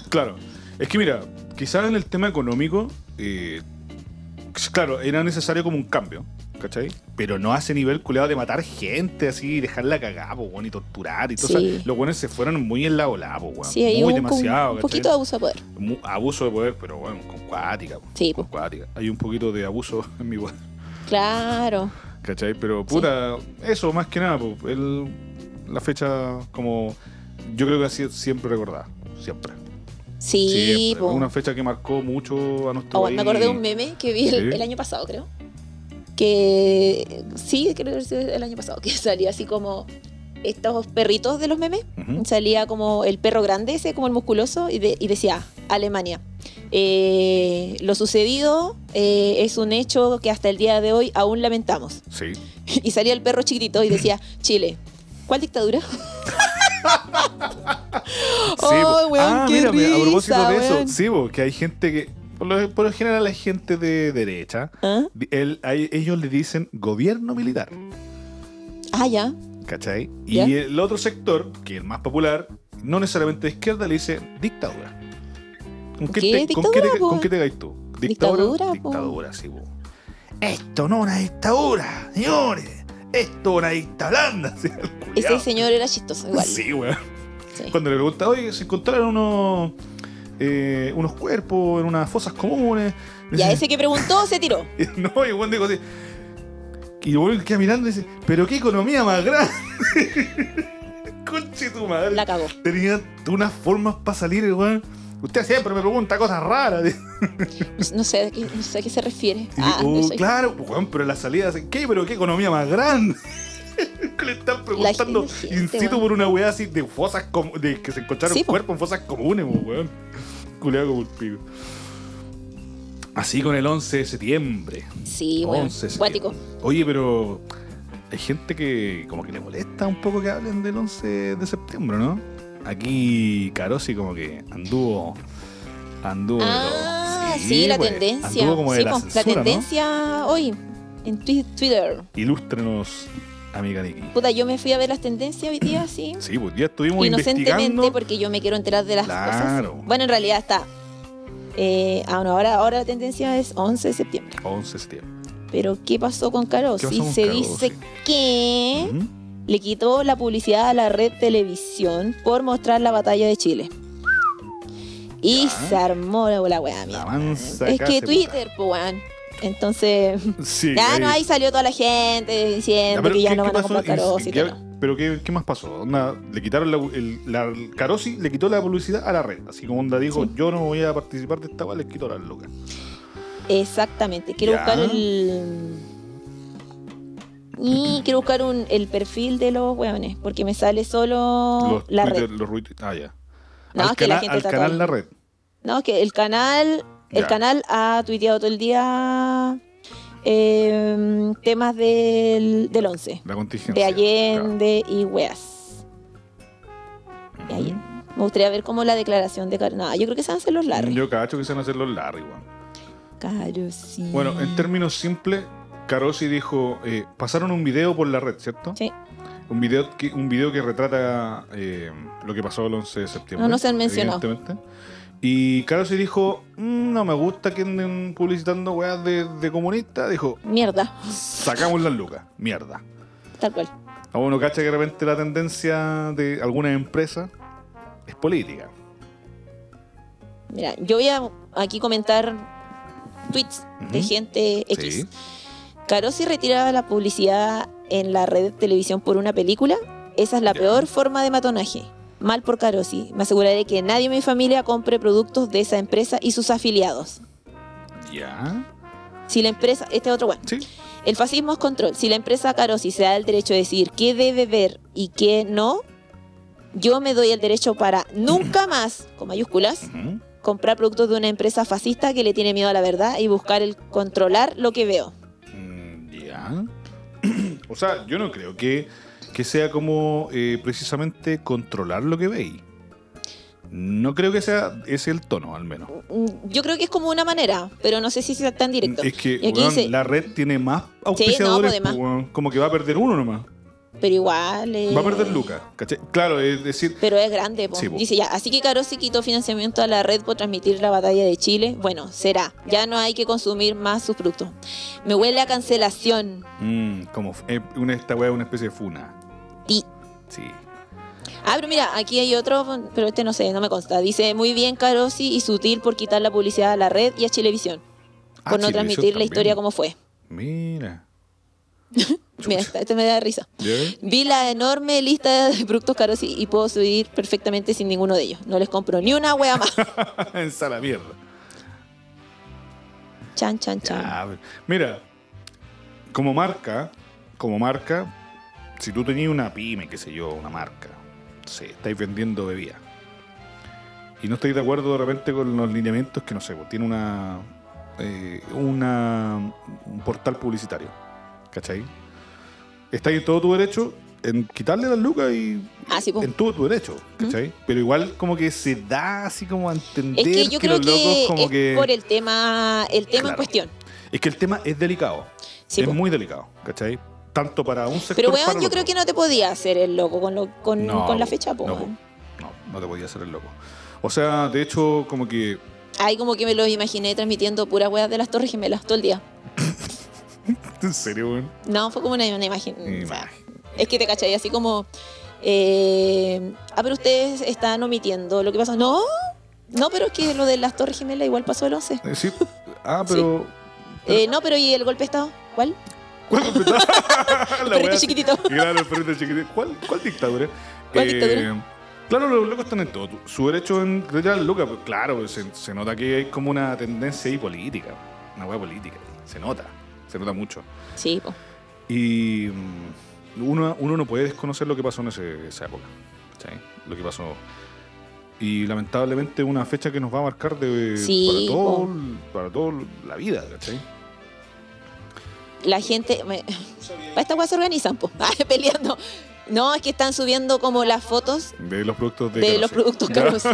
Speaker 1: Claro. Es que mira, quizás en el tema económico, eh, claro, era necesario como un cambio, ¿cachai? Pero no a ese nivel culeado de matar gente así, dejarla cagada, po, weón, y torturar y todo. O sea,
Speaker 2: Sí,
Speaker 1: los buenos se fueron muy en la ola, po, weón.
Speaker 2: sí, hay
Speaker 1: muy
Speaker 2: un,
Speaker 1: demasiado,
Speaker 2: un
Speaker 1: ¿cachai?
Speaker 2: poquito de abuso de poder.
Speaker 1: Mu- abuso de poder, pero bueno, con cuática, po,
Speaker 2: Sí,
Speaker 1: con
Speaker 2: po.
Speaker 1: cuática. Hay un poquito de abuso en mi poder,
Speaker 2: claro.
Speaker 1: ¿cachai? Pero puta, eso más que nada, po, el- la fecha como yo creo que ha sido siempre recordada, siempre.
Speaker 2: Sí,
Speaker 1: Siempre.
Speaker 2: po.
Speaker 1: Una fecha que marcó mucho a nuestro
Speaker 2: Oh, me acordé de un
Speaker 1: país.
Speaker 2: meme que vi el,
Speaker 1: Sí.
Speaker 2: el año pasado, creo. Que sí, creo que fue el año pasado, que salía así como estos perritos de los memes.
Speaker 1: Ujú.
Speaker 2: Salía como el perro grande ese, como el musculoso, y, de- y decía, Alemania. eh, lo sucedido eh, es un hecho que hasta el día de hoy aún lamentamos.
Speaker 1: Sí.
Speaker 2: Y salía el perro chiquitito y decía, Chile. ¿Cuál dictadura?
Speaker 1: Sí,
Speaker 2: Ay,
Speaker 1: bo.
Speaker 2: weón,
Speaker 1: ah,
Speaker 2: qué
Speaker 1: mira, mira, a propósito
Speaker 2: risa,
Speaker 1: de eso,
Speaker 2: weón.
Speaker 1: sí, bo, que hay gente que, por lo, por lo general hay gente de derecha,
Speaker 2: ¿Ah?
Speaker 1: di- el- a e- ellos le dicen gobierno militar,
Speaker 2: Ah, ya.
Speaker 1: ¿cachai? Y
Speaker 2: ¿Ya?
Speaker 1: el otro sector, que es el más popular, no necesariamente de izquierda, le dice dictadura. ¿Con qué,
Speaker 2: ¿Qué
Speaker 1: te, con qué
Speaker 2: dictadura,
Speaker 1: te-
Speaker 2: po?
Speaker 1: con qué te caes tú?
Speaker 2: Dictadura, po.
Speaker 1: Dictadura, sí, bo. Esto no es una dictadura, señores. Esto es una dicta blanda. sí, el
Speaker 2: Ese
Speaker 1: culiao.
Speaker 2: señor era chistoso igual.
Speaker 1: Sí, weón.
Speaker 2: Sí.
Speaker 1: Cuando le preguntaba, oye, se encontraron unos, eh, unos cuerpos en unas fosas comunes.
Speaker 2: Y a ese que preguntó se tiró.
Speaker 1: No, y el weón dijo así. Y el weón queda mirando y dice, pero qué economía más grande. Conche tu madre.
Speaker 2: La cagó.
Speaker 1: Tenía unas formas para salir, el weón. Usted siempre me pregunta cosas raras. Y
Speaker 2: No sé, a qué- no sé a qué se refiere. Ah,
Speaker 1: digo,
Speaker 2: yo
Speaker 1: "Oh,
Speaker 2: soy-
Speaker 1: claro, pues, weón, pero las salidas, ¿qué? Pero qué economía más grande. Que le están preguntando,
Speaker 2: gente,
Speaker 1: incito
Speaker 2: weón.
Speaker 1: por una weá así de fosas comu- de que se encontraron
Speaker 2: Sí, po.
Speaker 1: cuerpos en fosas comunes, po, weón. Culeado como el pico. Así con el 11 de septiembre.
Speaker 2: Sí, bueno.
Speaker 1: 11 de septiembre.
Speaker 2: Cuático.
Speaker 1: Oye, pero hay gente que como que le molesta un poco que hablen del 11 de septiembre, ¿no? Aquí Carosi como que anduvo anduvo de
Speaker 2: Ah,
Speaker 1: lo-
Speaker 2: sí, la
Speaker 1: pues,
Speaker 2: tendencia.
Speaker 1: Anduvo como de
Speaker 2: Sí,
Speaker 1: la,
Speaker 2: po,
Speaker 1: censura, ¿no?
Speaker 2: tendencia hoy en twi- Twitter.
Speaker 1: Ilústrenos, amiga Nikki.
Speaker 2: Puta, yo me fui a ver las tendencias hoy día, sí.
Speaker 1: Sí, pues ya estuvimos
Speaker 2: Inocentemente,
Speaker 1: investigando.
Speaker 2: porque yo me quiero enterar de las
Speaker 1: Claro.
Speaker 2: cosas. Bueno, en realidad está. Eh, ah, no, ahora, ahora la tendencia es 11 de septiembre.
Speaker 1: 11 de septiembre.
Speaker 2: Pero, ¿qué pasó con
Speaker 1: ¿Qué
Speaker 2: Carosi?
Speaker 1: pasó con
Speaker 2: Se
Speaker 1: Carosi?
Speaker 2: dice que
Speaker 1: Ujú.
Speaker 2: le quitó la publicidad a la red televisión por mostrar la batalla de Chile. Y
Speaker 1: Ya.
Speaker 2: se armó la, la weá, mierda.
Speaker 1: mansa
Speaker 2: Es
Speaker 1: casa
Speaker 2: que
Speaker 1: de
Speaker 2: Twitter, po, weón. Entonces,
Speaker 1: Sí,
Speaker 2: ya
Speaker 1: ahí-
Speaker 2: no, ahí salió toda la gente
Speaker 1: Ya,
Speaker 2: diciendo
Speaker 1: pero
Speaker 2: que ya
Speaker 1: ¿qué-
Speaker 2: no
Speaker 1: qué
Speaker 2: van a
Speaker 1: pasó?
Speaker 2: comprar
Speaker 1: Y-
Speaker 2: Carosi y
Speaker 1: ya,
Speaker 2: todo.
Speaker 1: Pero ¿qué, qué más pasó? Onda, le quitaron la, el- la- Carosi le quitó la publicidad a la red. Así como Onda dijo,
Speaker 2: Sí.
Speaker 1: yo no voy a participar de esta, weá, les quito las locas.
Speaker 2: Exactamente. Quiero
Speaker 1: Ya.
Speaker 2: buscar el. Y quiero buscar un, el perfil de los weones, porque me sale solo
Speaker 1: Los
Speaker 2: la
Speaker 1: Twitter,
Speaker 2: red.
Speaker 1: los retweet- Ah, ya.
Speaker 2: No,
Speaker 1: al
Speaker 2: es que la
Speaker 1: cana-
Speaker 2: gente
Speaker 1: al
Speaker 2: está
Speaker 1: canal
Speaker 2: toda-
Speaker 1: La Red.
Speaker 2: No, es que el canal, el
Speaker 1: Ya.
Speaker 2: canal ha tuiteado todo el día em, temas del, del 11,
Speaker 1: La contingencia.
Speaker 2: de Allende y weas.
Speaker 1: Claro.
Speaker 2: de Allende. Me gustaría ver cómo la declaración de Car- No, yo creo que se van a hacer los Larry.
Speaker 1: Yo cacho que se van a hacer los Larry, weón.
Speaker 2: Caro, sí.
Speaker 1: Bueno, en términos simples, Carosi dijo, eh, pasaron un video por la red, ¿cierto?
Speaker 2: Sí.
Speaker 1: Un video que, un video que retrata eh, lo que pasó el 11 de septiembre.
Speaker 2: No, no se han mencionado.
Speaker 1: evidentemente. Y Carosi dijo, "Mm, no me gusta que anden publicitando weas de, de comunista. Dijo,
Speaker 2: Mierda,
Speaker 1: sacamos las lucas, mierda.
Speaker 2: tal cual.
Speaker 1: A uno cacha que de repente la tendencia de algunas empresas es política.
Speaker 2: Mira, yo voy a aquí comentar tweets de
Speaker 1: Ujú.
Speaker 2: gente X.
Speaker 1: Sí.
Speaker 2: Carosi retiraba la publicidad en la red de televisión por una película. Esa es la
Speaker 1: Ya.
Speaker 2: peor forma de matonaje. Mal por Carosi. Me aseguraré que nadie en mi familia compre productos de esa empresa y sus afiliados.
Speaker 1: Ya.
Speaker 2: Si la empresa, este es otro bueno.
Speaker 1: Sí.
Speaker 2: El fascismo es control. Si la empresa Carosi se da el derecho de decidir qué debe ver y qué no, yo me doy el derecho para nunca más, con mayúsculas,
Speaker 1: Ujú.
Speaker 2: comprar productos de una empresa fascista que le tiene miedo a la verdad y buscar el controlar lo que veo.
Speaker 1: Mm, Ya. o sea, yo no creo que, que sea como eh, precisamente controlar lo que veis. No creo que sea ese el tono, al menos.
Speaker 2: Mm, Yo creo que es como una manera, pero no sé si sea tan directo.
Speaker 1: Es que
Speaker 2: Y aquí
Speaker 1: weón,
Speaker 2: dice-
Speaker 1: la red tiene más
Speaker 2: no,
Speaker 1: auspiciadores,
Speaker 2: pues, de más.
Speaker 1: pues, weón. como que va a perder uno nomás.
Speaker 2: Pero igual. eh,
Speaker 1: Va a perder Lucas, ¿cachai? Claro, es decir,
Speaker 2: Pero es grande, po.
Speaker 1: Sí, po.
Speaker 2: Dice ya, así que Carosi quitó financiamiento a la red por transmitir la batalla de Chile. Bueno, será. Ya no hay que consumir más sus productos. Me huele a cancelación.
Speaker 1: mm, como f- eh, una, esta weá es una especie de funa.
Speaker 2: Ti.
Speaker 1: Sí.
Speaker 2: Ah, pero mira, aquí hay otro, pero este no sé, no me consta. Dice, muy bien Carosi y sutil por quitar la publicidad a la red y a Chilevisión.
Speaker 1: Ah,
Speaker 2: Por no
Speaker 1: Chilevisión
Speaker 2: transmitir la
Speaker 1: también.
Speaker 2: historia como fue.
Speaker 1: Mira.
Speaker 2: Mira, esta, esta me da risa.
Speaker 1: ¿Ya?
Speaker 2: Vi la enorme lista de productos caros y, y puedo subir perfectamente sin ninguno de ellos. No les compro ni una wea más.
Speaker 1: Ensa la mierda.
Speaker 2: Chan, chan, chan.
Speaker 1: Ya, pero- mira, como marca, como marca, si tú tenías una pyme, qué sé yo, una marca, sí, estáis vendiendo bebida y no estáis de acuerdo de repente con los lineamientos que no sé, pues, tiene una, eh, una un portal publicitario, ¿cachai? Estáis en todo tu derecho en quitarle las lucas y
Speaker 2: Ah, sí, pues.
Speaker 1: en todo tu derecho, ¿cachai? Pero igual como que se da así como a entender
Speaker 2: Es que yo creo
Speaker 1: los locos
Speaker 2: que
Speaker 1: como
Speaker 2: es
Speaker 1: que...
Speaker 2: por el tema, el tema
Speaker 1: Claro.
Speaker 2: en cuestión.
Speaker 1: Es que el tema es delicado.
Speaker 2: Sí,
Speaker 1: es
Speaker 2: po.
Speaker 1: muy delicado, ¿cachai? Tanto para un sector.
Speaker 2: Pero weón,
Speaker 1: para
Speaker 2: yo
Speaker 1: otro.
Speaker 2: creo que no te podía hacer el loco con, lo- con, con la fecha, po,
Speaker 1: No,
Speaker 2: weón.
Speaker 1: no, no te podía hacer el loco. O sea, de hecho, como que.
Speaker 2: Ahí como que me lo imaginé transmitiendo puras weas de las Torres Gemelas todo el día.
Speaker 1: En serio, weón.
Speaker 2: No, fue como una, una imagen.
Speaker 1: Imagen.
Speaker 2: o sea, es que te cachai, así como. eh, ah, pero ustedes están omitiendo lo que pasó. No, no, pero es que lo de las Torres Gemelas igual pasó el 11.
Speaker 1: Eh, sí. Ah, pero.
Speaker 2: Eh, no, pero ¿y el golpe de Estado? ¿Cuál?
Speaker 1: ¿Cuál completaba? Ah, La
Speaker 2: Perrito
Speaker 1: wea-
Speaker 2: chiquitito.
Speaker 1: Claro, el perrito chiquitito. ¿Cuál, cuál dictadura? Eh,
Speaker 2: ¿Cuál dictadura?
Speaker 1: Claro, los locos están en todo. Su derecho en creer Lucas, pues, claro, se, se nota que hay como una tendencia ahí política. Una hueá política. Se nota. Se nota mucho.
Speaker 2: Sí, po.
Speaker 1: Y mm, uno, uno no puede desconocer lo que pasó en ese- esa época. ¿cachai? Lo que pasó. Y lamentablemente una fecha que nos va a marcar de,
Speaker 2: Sí,
Speaker 1: para todo
Speaker 2: po.
Speaker 1: para todo la vida, ¿cachai?
Speaker 2: la gente. me- Para esta weas se organizan, po. Ah, peleando. No, es que están subiendo como las fotos
Speaker 1: De los productos de,
Speaker 2: de, los productos caros. sí.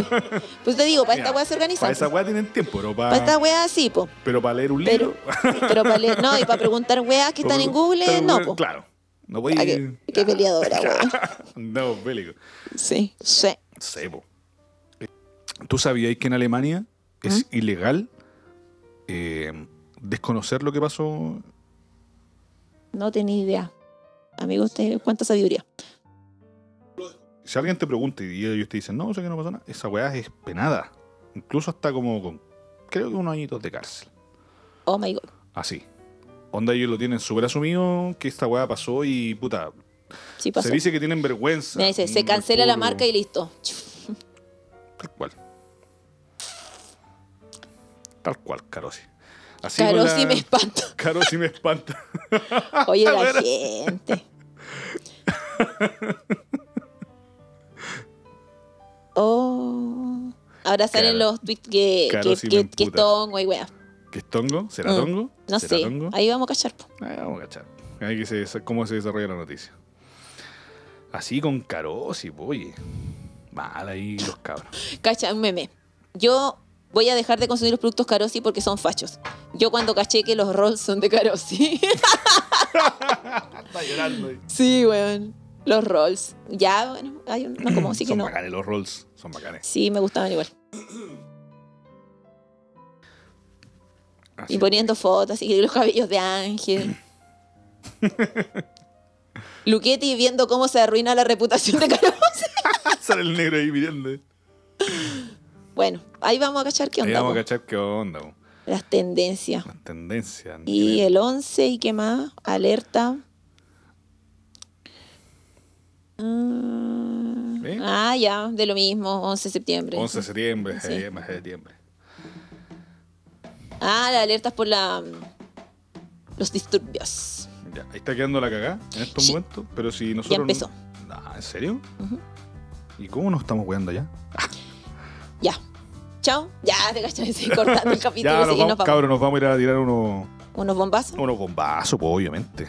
Speaker 2: Pues te digo, para esta wea se organizan.
Speaker 1: Para esa
Speaker 2: Para
Speaker 1: weá tienen tiempo, pero para,
Speaker 2: esta wea sí, po.
Speaker 1: pero para leer un
Speaker 2: Pero,
Speaker 1: libro.
Speaker 2: pero para leer- no, y para preguntar weas que están en Google,
Speaker 1: Pero-
Speaker 2: no, po.
Speaker 1: Claro. No voy
Speaker 2: Ah, Qué, qué peleadora, weón.
Speaker 1: No, bélico.
Speaker 2: Sí, sí.
Speaker 1: Sebo. ¿Tú sabíais que en Alemania es
Speaker 2: ¿Mm?
Speaker 1: ilegal eh, desconocer lo que pasó?
Speaker 2: No tenía idea. Amigo, usted, cuánta sabiduría.
Speaker 1: Si alguien te pregunta y ellos te dicen, no, o sea que no pasó nada, esa weá es penada. Incluso hasta como con, creo que unos añitos de cárcel.
Speaker 2: Oh my god.
Speaker 1: Así. Onda ellos lo tienen súper asumido que esta weá pasó y puta.
Speaker 2: Sí pasó.
Speaker 1: Se dice que tienen vergüenza.
Speaker 2: Me dice, se
Speaker 1: Un
Speaker 2: cancela la
Speaker 1: repudio,
Speaker 2: marca y listo.
Speaker 1: Tal cual. Tal cual, Carosi. Así
Speaker 2: Claro,
Speaker 1: con pues la-
Speaker 2: sí me espanta.
Speaker 1: Caro sí me espanta.
Speaker 2: Oye, la
Speaker 1: Bueno.
Speaker 2: gente. Oh. Ahora salen
Speaker 1: Claro.
Speaker 2: los tweets que,
Speaker 1: Claro,
Speaker 2: que,
Speaker 1: sí me
Speaker 2: que, que es
Speaker 1: emputa.
Speaker 2: tongo y wea.
Speaker 1: ¿Qué es tongo? ¿Será
Speaker 2: Mm,
Speaker 1: tongo?
Speaker 2: No
Speaker 1: ¿Será
Speaker 2: sé.
Speaker 1: tongo?
Speaker 2: Ahí vamos a cachar. po.
Speaker 1: Ah, vamos a cachar. Hay que se, cómo se desarrolla la noticia. Así con carosi, po, oye. Mal ahí los cabros.
Speaker 2: Cacha, un meme. Yo voy a dejar de consumir los productos Carosi porque son fachos. Yo cuando caché que los rolls son de Carosi.
Speaker 1: Está llorando.
Speaker 2: sí, weón. Los rolls. Ya, bueno, hay un- no como, así que
Speaker 1: Son
Speaker 2: no.
Speaker 1: bacanes los rolls. Son bacanes.
Speaker 2: Sí, me gustaban igual.
Speaker 1: Así.
Speaker 2: Y poniendo fotos y los cabellos de Ángel. Luquetti viendo cómo se arruina la reputación de Carosi.
Speaker 1: Ah, Sale el negro ahí mirando.
Speaker 2: Bueno, ahí vamos a cachar qué
Speaker 1: Ahí
Speaker 2: onda.
Speaker 1: vamos a
Speaker 2: po.
Speaker 1: cachar Ah, qué onda. po.
Speaker 2: Las tendencias.
Speaker 1: Las tendencias.
Speaker 2: Y
Speaker 1: nivel.
Speaker 2: el 11 y qué más. Alerta. Mm,
Speaker 1: ¿Eh?
Speaker 2: Ah, ya, de lo mismo, 11 de septiembre.
Speaker 1: 11 de septiembre,
Speaker 2: Sí.
Speaker 1: septiembre, septiembre.
Speaker 2: Ah, las alertas por la los disturbios.
Speaker 1: Ya, ahí está quedando la cagada en estos
Speaker 2: Sí.
Speaker 1: momentos, pero si nosotros...
Speaker 2: empezó.
Speaker 1: Ah, ¿En serio? ¿Y cómo nos estamos cuidando ya?
Speaker 2: Ya. Chao. Ya, te cachas, sí, cortando el capítulo
Speaker 1: Ya,
Speaker 2: sí,
Speaker 1: nos
Speaker 2: y
Speaker 1: vamos,
Speaker 2: nos vamos.
Speaker 1: cabros, nos vamos a ir a tirar unos,
Speaker 2: Unos bombazos.
Speaker 1: unos bombazos, pues, obviamente.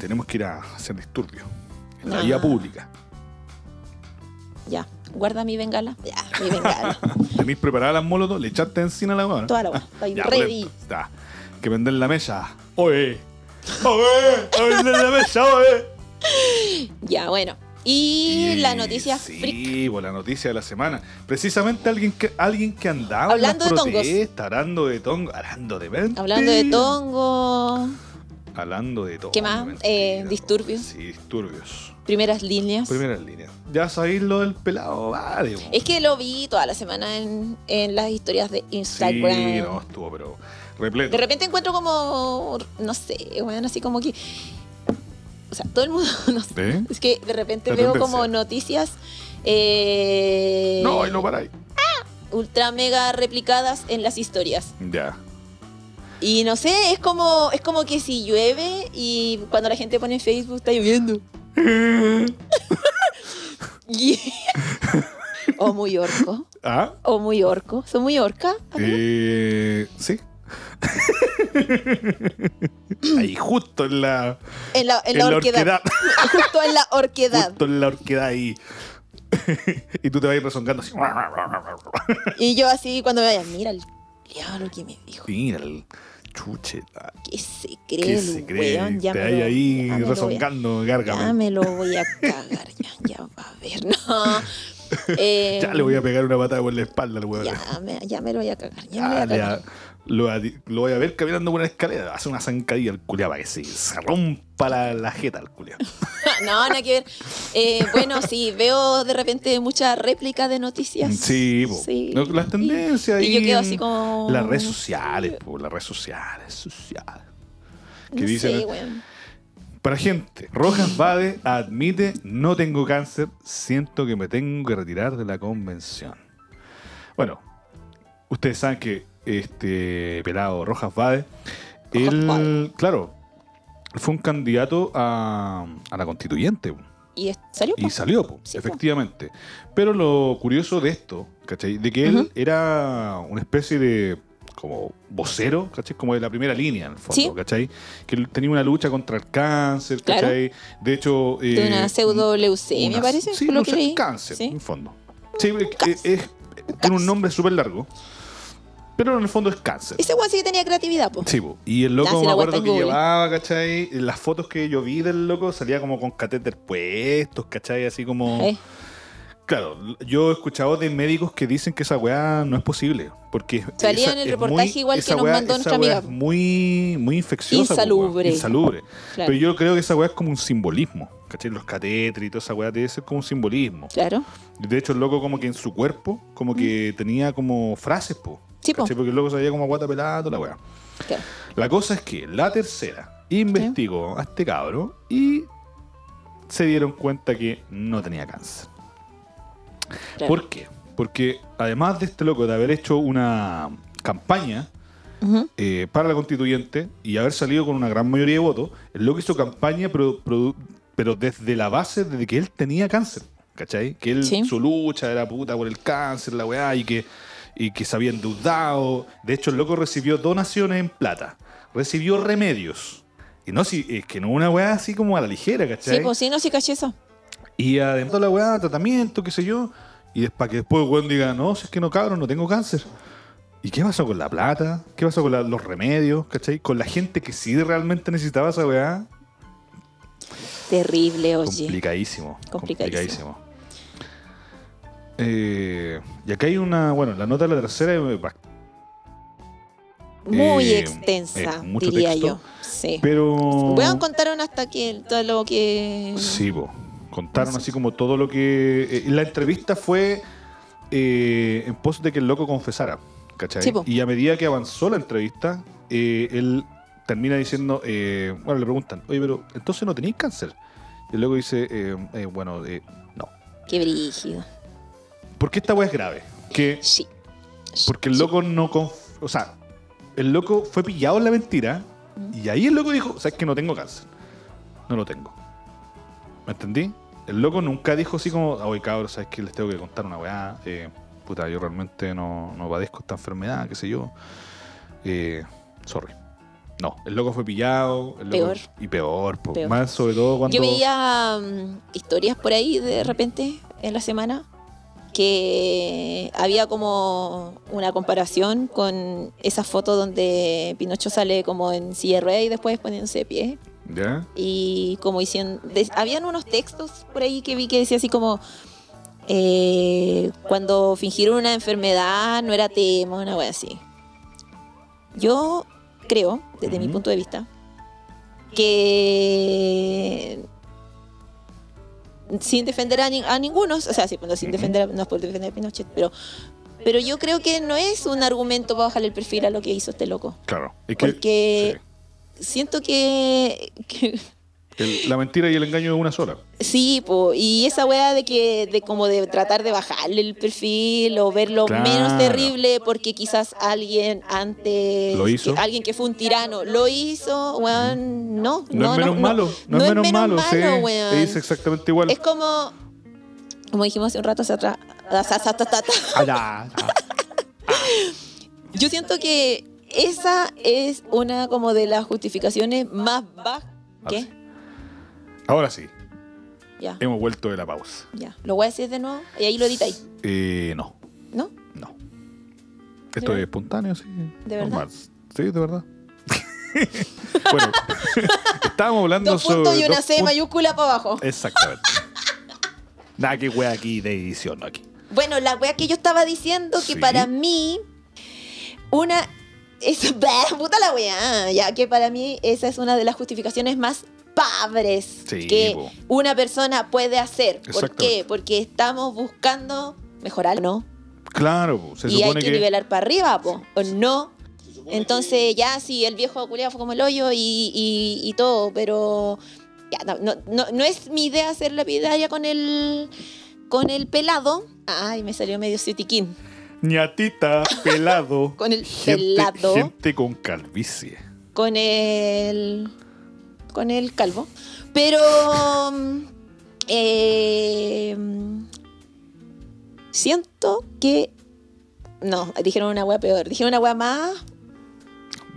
Speaker 1: Tenemos que ir a hacer disturbios en la
Speaker 2: Ah.
Speaker 1: vía pública. Oh.
Speaker 2: Ya, guarda mi bengala. Ya, mi bengala.
Speaker 1: Tenéis preparadas las molotov, le echaste encima a la mano.
Speaker 2: Toda la guarda. Estoy
Speaker 1: Ya,
Speaker 2: ready.
Speaker 1: pues, está. Que vender la mesa. ¡Oye! ¡Oye! ¡A vender la mesa, oye!
Speaker 2: Ya, bueno. Y la noticia
Speaker 1: Sí,
Speaker 2: freak.
Speaker 1: pues, la noticia de la semana. Precisamente alguien que, alguien que andaba
Speaker 2: Hablando
Speaker 1: en
Speaker 2: de
Speaker 1: las
Speaker 2: tongos.
Speaker 1: protestas, hablando de tongo, hablando de mentira.
Speaker 2: Hablando de tongo,
Speaker 1: Hablando de todo.
Speaker 2: ¿Qué más? Eh, disturbios.
Speaker 1: Sí, disturbios.
Speaker 2: primeras líneas.
Speaker 1: Primeras líneas. Ya sabéis lo del pelado, vale. po.
Speaker 2: Es que lo vi toda la semana en, en las historias de Instagram.
Speaker 1: Sí, no, estuvo, pero repleto. ¿Eh?
Speaker 2: De repente encuentro como, no sé, bueno, así como que o sea, todo el mundo, no sé,
Speaker 1: ¿Eh?
Speaker 2: es que de repente
Speaker 1: La
Speaker 2: veo
Speaker 1: tendencia.
Speaker 2: como noticias eh,
Speaker 1: No, ahí no paráis.
Speaker 2: ultra mega replicadas en las historias.
Speaker 1: Ya.
Speaker 2: Y no sé, es como, es como que si llueve y cuando la gente pone en Facebook está lloviendo. Y- o muy orco,
Speaker 1: ¿Ah?
Speaker 2: o muy orco. ¿Son muy orca?
Speaker 1: Eh, sí. Ahí justo en la,
Speaker 2: En la, en la orquedad. Justo en la orquedad.
Speaker 1: Justo en la orquedad ahí. y tú te vas a ir rezongando así.
Speaker 2: Y yo así cuando me vayan, mira el liado lo que me dijo.
Speaker 1: Mira el chuche. ah,
Speaker 2: ¿Qué se cree
Speaker 1: ¿Qué
Speaker 2: el
Speaker 1: se cree?
Speaker 2: weón? Ya
Speaker 1: te
Speaker 2: me
Speaker 1: vas
Speaker 2: lo-
Speaker 1: ahí
Speaker 2: ya me lo voy a-
Speaker 1: rezongando,
Speaker 2: Ya
Speaker 1: gárgame.
Speaker 2: me lo voy a cagar, ya, ya va a ver, no. Eh,
Speaker 1: Ya le voy a pegar una patada por la espalda al weón.
Speaker 2: ya me, ya me lo voy a cagar, ya me lo
Speaker 1: Ah,
Speaker 2: voy a
Speaker 1: ya.
Speaker 2: cagar.
Speaker 1: Lo, voy a- lo voy a ver caminando por una escalera. Hace una zancadilla al culiao para que se, se rompa la, la jeta al culiao.
Speaker 2: no, nada que ver. Eh, bueno, sí, veo de repente muchas réplicas de noticias.
Speaker 1: Mm, Sí, po. No, las tendencias
Speaker 2: Y, y yo
Speaker 1: ahí
Speaker 2: quedo
Speaker 1: en
Speaker 2: así como.
Speaker 1: Las redes sociales, po, las redes sociales, sociales.
Speaker 2: no
Speaker 1: Que dicen,
Speaker 2: sé, weón.
Speaker 1: para gente, Rojas Vade admite, no tengo cáncer, siento que me tengo que retirar de la convención. Bueno, ustedes saben que este pelado Rojas Vade,
Speaker 2: Rojas
Speaker 1: él,
Speaker 2: Vade.
Speaker 1: claro, fue un candidato a, a la constituyente. po.
Speaker 2: Y es- salió. po.
Speaker 1: Y salió, po,
Speaker 2: Sí, po.
Speaker 1: efectivamente. Pero lo curioso de esto, ¿cachai? De que él
Speaker 2: Ujú.
Speaker 1: era una especie de como vocero, ¿cachai? Como de la primera línea, en el fondo,
Speaker 2: Sí.
Speaker 1: ¿cachai? Que él tenía una lucha contra el cáncer,
Speaker 2: Claro.
Speaker 1: ¿cachai? De hecho...
Speaker 2: de
Speaker 1: eh,
Speaker 2: una pseudo leucemia,
Speaker 1: una-
Speaker 2: me parece.
Speaker 1: Sí,
Speaker 2: por lo
Speaker 1: no
Speaker 2: que
Speaker 1: sé,
Speaker 2: leí.
Speaker 1: cáncer,
Speaker 2: Sí.
Speaker 1: en el fondo. Sí, eh,
Speaker 2: Cáncer.
Speaker 1: eh, es- tiene un nombre súper largo, pero en el fondo es cáncer.
Speaker 2: Ese weón sí que tenía creatividad, po.
Speaker 1: Sí, po. y el loco
Speaker 2: Ah, sí,
Speaker 1: me
Speaker 2: la
Speaker 1: acuerdo
Speaker 2: guata
Speaker 1: que
Speaker 2: en Google.
Speaker 1: llevaba, ¿cachai? Las fotos que yo vi del loco salía como con catéter puestos, ¿cachai? Así como...
Speaker 2: Eh,
Speaker 1: Claro, yo he escuchado de médicos que dicen que esa weá no es posible. Porque
Speaker 2: Salía
Speaker 1: esa-
Speaker 2: en el
Speaker 1: es
Speaker 2: reportaje
Speaker 1: muy-
Speaker 2: igual que
Speaker 1: esa
Speaker 2: nos
Speaker 1: weá-
Speaker 2: mandó
Speaker 1: esa
Speaker 2: nuestra
Speaker 1: weá
Speaker 2: amiga.
Speaker 1: es muy, muy infecciosa. po, weá.
Speaker 2: Insalubre.
Speaker 1: Insalubre.
Speaker 2: Claro.
Speaker 1: Pero yo creo que esa weá es como un simbolismo. ¿Cachai? Los catéteres y toda esa weá debe ser como un simbolismo.
Speaker 2: claro.
Speaker 1: De hecho, el loco como que en su cuerpo, como que tenía como frases, po.
Speaker 2: Mm. Sí, po.
Speaker 1: ¿cachai? Porque el loco salía como a guata pelada, toda la weá.
Speaker 2: claro.
Speaker 1: La cosa es que la tercera investigó a este cabro y se dieron cuenta que no tenía cáncer.
Speaker 2: claro.
Speaker 1: ¿Por qué? Porque además de este loco de haber hecho una campaña
Speaker 2: Ujú.
Speaker 1: eh, para la constituyente y haber salido con una gran mayoría de votos, el loco hizo campaña pero, pero- pero desde la base de que él tenía cáncer. ¿Cachai? Que él,
Speaker 2: Sí.
Speaker 1: su lucha era puta por el cáncer, la weá, y que, y que se había endeudado. De hecho, el loco recibió donaciones en plata, recibió remedios. Y no, si, es que no una weá así como a la ligera, ¿cachai?
Speaker 2: Sí, pues sí, no, sí caché eso.
Speaker 1: Y además la weá, tratamiento, qué sé yo. Y para que después el weón diga, no, si es que no cabrón, no tengo cáncer. ¿Y qué pasó con la plata? ¿Qué pasó con la- los remedios? ¿Cachai? Con la gente que sí realmente necesitaba esa weá.
Speaker 2: Terrible, oye.
Speaker 1: Complicadísimo.
Speaker 2: Complicadísimo.
Speaker 1: Complicadísimo. Eh, y acá hay una, bueno, la nota de la tercera eh, es bac-
Speaker 2: Muy
Speaker 1: eh,
Speaker 2: extensa,
Speaker 1: eh, mucho
Speaker 2: diría
Speaker 1: texto,
Speaker 2: yo. Sí.
Speaker 1: pero...
Speaker 2: Weón contaron hasta que todo lo que.
Speaker 1: Sí, po. contaron así como todo lo que... eh, la entrevista fue eh, en pos de que el loco confesara, ¿cachai?
Speaker 2: Sí, po.
Speaker 1: y a medida que avanzó la entrevista, eh, él termina diciendo, eh, bueno, le preguntan, oye, pero entonces no tenéis cáncer. Y el loco dice, eh, eh, bueno, eh, no.
Speaker 2: Qué brígido.
Speaker 1: ¿Por qué esta weá es grave? Que,
Speaker 2: Sí.
Speaker 1: porque el
Speaker 2: Sí.
Speaker 1: loco no... conf- o sea, el loco fue pillado en la mentira y ahí el loco dijo, ¿sabes que no tengo cáncer? No lo tengo. ¿Me entendí? El loco nunca dijo así como, oye cabrón, ¿sabes que Les tengo que contar una weá. Eh, puta, yo realmente no, no padezco esta enfermedad, qué sé yo. Eh, sorry. No, el loco fue pillado. el loco-
Speaker 2: Peor.
Speaker 1: Y peor, po.
Speaker 2: Peor.
Speaker 1: Más sobre todo cuando...
Speaker 2: Yo veía mm, historias por ahí de repente en la semana que había como una comparación con esa foto donde Pinocho sale como en silla de ruedas y después poniéndose de pie.
Speaker 1: ¿Ya?
Speaker 2: y como diciendo, des- habían unos textos por ahí que vi que decía así como, eh, cuando fingieron una enfermedad no era tema, una wea así. Yo creo, desde mi
Speaker 1: Ujú.
Speaker 2: punto de vista, que sin defender a, ni- a ningunos, o sea, sí, bueno, sin
Speaker 1: Ujú.
Speaker 2: defender, a- no es por defender a Pinochet, pero, pero yo creo que no es un argumento para bajarle el perfil a lo que hizo este loco
Speaker 1: Claro. Es que-
Speaker 2: porque
Speaker 1: sí.
Speaker 2: siento que, que
Speaker 1: El- la mentira y el engaño es una sola.
Speaker 2: Sí, po, y esa weá de que, de como de tratar de bajarle el perfil o verlo
Speaker 1: Claro.
Speaker 2: menos terrible porque quizás alguien antes,
Speaker 1: Lo hizo. Mm.
Speaker 2: que- alguien que fue un tirano, lo hizo, weón, no.
Speaker 1: No, es menos malo. No, es menos malo. sí.
Speaker 2: weón.
Speaker 1: Te dice exactamente igual.
Speaker 2: Es como, como dijimos hace un rato hacia atrás, hacia- hacia- hacia- hacia-
Speaker 1: Ala, ala.
Speaker 2: yo siento que esa es una como de las justificaciones más bajas.
Speaker 1: Ahora
Speaker 2: ¿Qué?
Speaker 1: sí. Ahora sí,
Speaker 2: Ya,
Speaker 1: hemos vuelto de la pausa.
Speaker 2: ya. Lo voy a decir de nuevo y ahí lo editáis,
Speaker 1: Eh, no,
Speaker 2: ¿no?
Speaker 1: no. Esto
Speaker 2: ¿De
Speaker 1: es espontáneo, sí.
Speaker 2: ¿De verdad?
Speaker 1: Normal. Sí, de verdad. bueno, estábamos hablando
Speaker 2: Dos
Speaker 1: sobre.
Speaker 2: puntos y una
Speaker 1: dos Eh.
Speaker 2: C
Speaker 1: pun-
Speaker 2: mayúscula para abajo.
Speaker 1: Exactamente. Nada que wea aquí de edición, no aquí.
Speaker 2: Bueno, la wea que yo estaba diciendo que
Speaker 1: Sí.
Speaker 2: para mí una es Bah, puta la wea, ah, ya que para mí esa es una de las justificaciones más pobres
Speaker 1: Sí,
Speaker 2: que
Speaker 1: po.
Speaker 2: una persona puede hacer. ¿Por
Speaker 1: Exactamente.
Speaker 2: qué? Porque estamos buscando mejorar, ¿no?
Speaker 1: Claro, po, se
Speaker 2: y hay
Speaker 1: supone
Speaker 2: que,
Speaker 1: que.
Speaker 2: nivelar para arriba, po, o no. Entonces, ya sí, el viejo culiao fue como el hoyo y, y- y todo, pero ya, no, no, no- no es mi idea hacer la pidaria con el, con el pelado. Ay, me salió medio citiquín.
Speaker 1: Ñatita, pelado.
Speaker 2: Con el
Speaker 1: gente-
Speaker 2: pelado.
Speaker 1: Gente con calvicie.
Speaker 2: Con el. Con el calvo. Pero. mm, eh, mm, siento que. No, dijeron una wea peor. Dijeron una wea más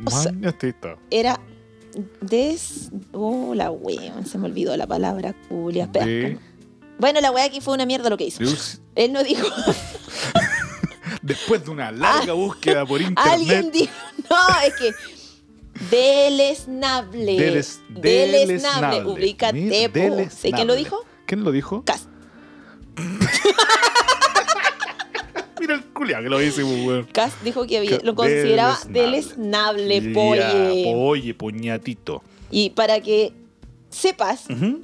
Speaker 2: O sea-
Speaker 1: Mañatita.
Speaker 2: era des... Oh, la weón, se me olvidó la palabra, culia. Espera,
Speaker 1: De,
Speaker 2: calma. Bueno, la weá aquí fue una mierda lo que hizo.
Speaker 1: de un-
Speaker 2: Él no dijo,
Speaker 1: después de una larga búsqueda por internet.
Speaker 2: Ah, alguien dijo, no, es que... Deleznable.
Speaker 1: Deles-
Speaker 2: Deleznable.
Speaker 1: deleznable.
Speaker 2: Ubícate,
Speaker 1: Mira,
Speaker 2: po. ¿Sé quién lo
Speaker 1: deleznable.
Speaker 2: dijo?
Speaker 1: ¿Quién lo dijo?
Speaker 2: Cas.
Speaker 1: Mira el culiao que lo dice, pues, weón.
Speaker 2: Cas dijo que había-
Speaker 1: Ca-
Speaker 2: lo consideraba
Speaker 1: deleznable.
Speaker 2: deleznable,
Speaker 1: Ya,
Speaker 2: poye.
Speaker 1: Oye, poñatito.
Speaker 2: Y para que sepas,
Speaker 1: Ujú. Mm.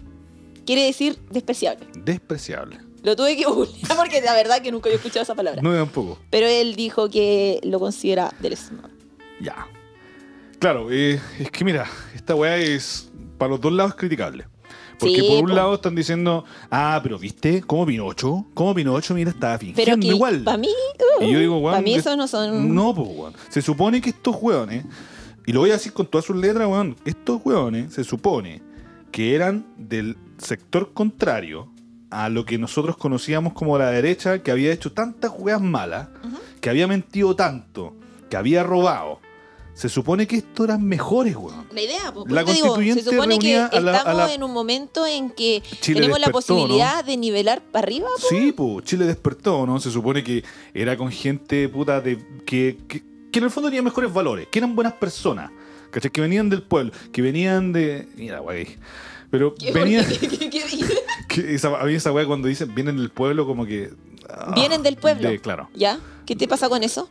Speaker 2: quiere decir despreciable.
Speaker 1: Despreciable.
Speaker 2: Lo tuve que googlear porque la verdad que nunca había escuchado esa palabra.
Speaker 1: No, tampoco.
Speaker 2: Pero él dijo que lo considera deleznable.
Speaker 1: Ya. Claro, eh, es que mira, esta weá es para los dos lados criticable. Porque
Speaker 2: Sí,
Speaker 1: por un
Speaker 2: po.
Speaker 1: lado están diciendo, ah, pero viste, como Pinocho, como Pinocho, mira, estaba fingiendo
Speaker 2: Pero que
Speaker 1: igual.
Speaker 2: para mí,
Speaker 1: Y yo digo, weón,
Speaker 2: para mí
Speaker 1: es-
Speaker 2: eso no son.
Speaker 1: No, pues, weón. Se supone que estos weones, y lo voy a decir con todas sus letras, weón, estos weones se supone que eran del sector contrario a lo que nosotros conocíamos como la derecha, que había hecho tantas jugadas malas, que había mentido tanto, que había robado. Se supone que estos eran mejores, weón.
Speaker 2: La idea, po,
Speaker 1: La
Speaker 2: porque te digo, se
Speaker 1: constituyente
Speaker 2: supone que
Speaker 1: reunía a la- a
Speaker 2: estamos
Speaker 1: la-
Speaker 2: en un momento en que
Speaker 1: Chile
Speaker 2: tenemos la
Speaker 1: despertó, ¿no?
Speaker 2: posibilidad de nivelar para arriba.
Speaker 1: Sí, pues, Chile despertó, ¿no? Se supone que era con gente puta de, que, que, que en el fondo tenía mejores valores, que eran buenas personas, ¿cachai? Que venían del pueblo, que venían de. Mira, güey. Pero
Speaker 2: que-
Speaker 1: venían.
Speaker 2: que- que-
Speaker 1: que esa, a mí esa weá cuando dicen vienen del pueblo, como que. ah,
Speaker 2: Vienen del pueblo.
Speaker 1: de- claro.
Speaker 2: ¿Ya? ¿Qué te pasa con eso?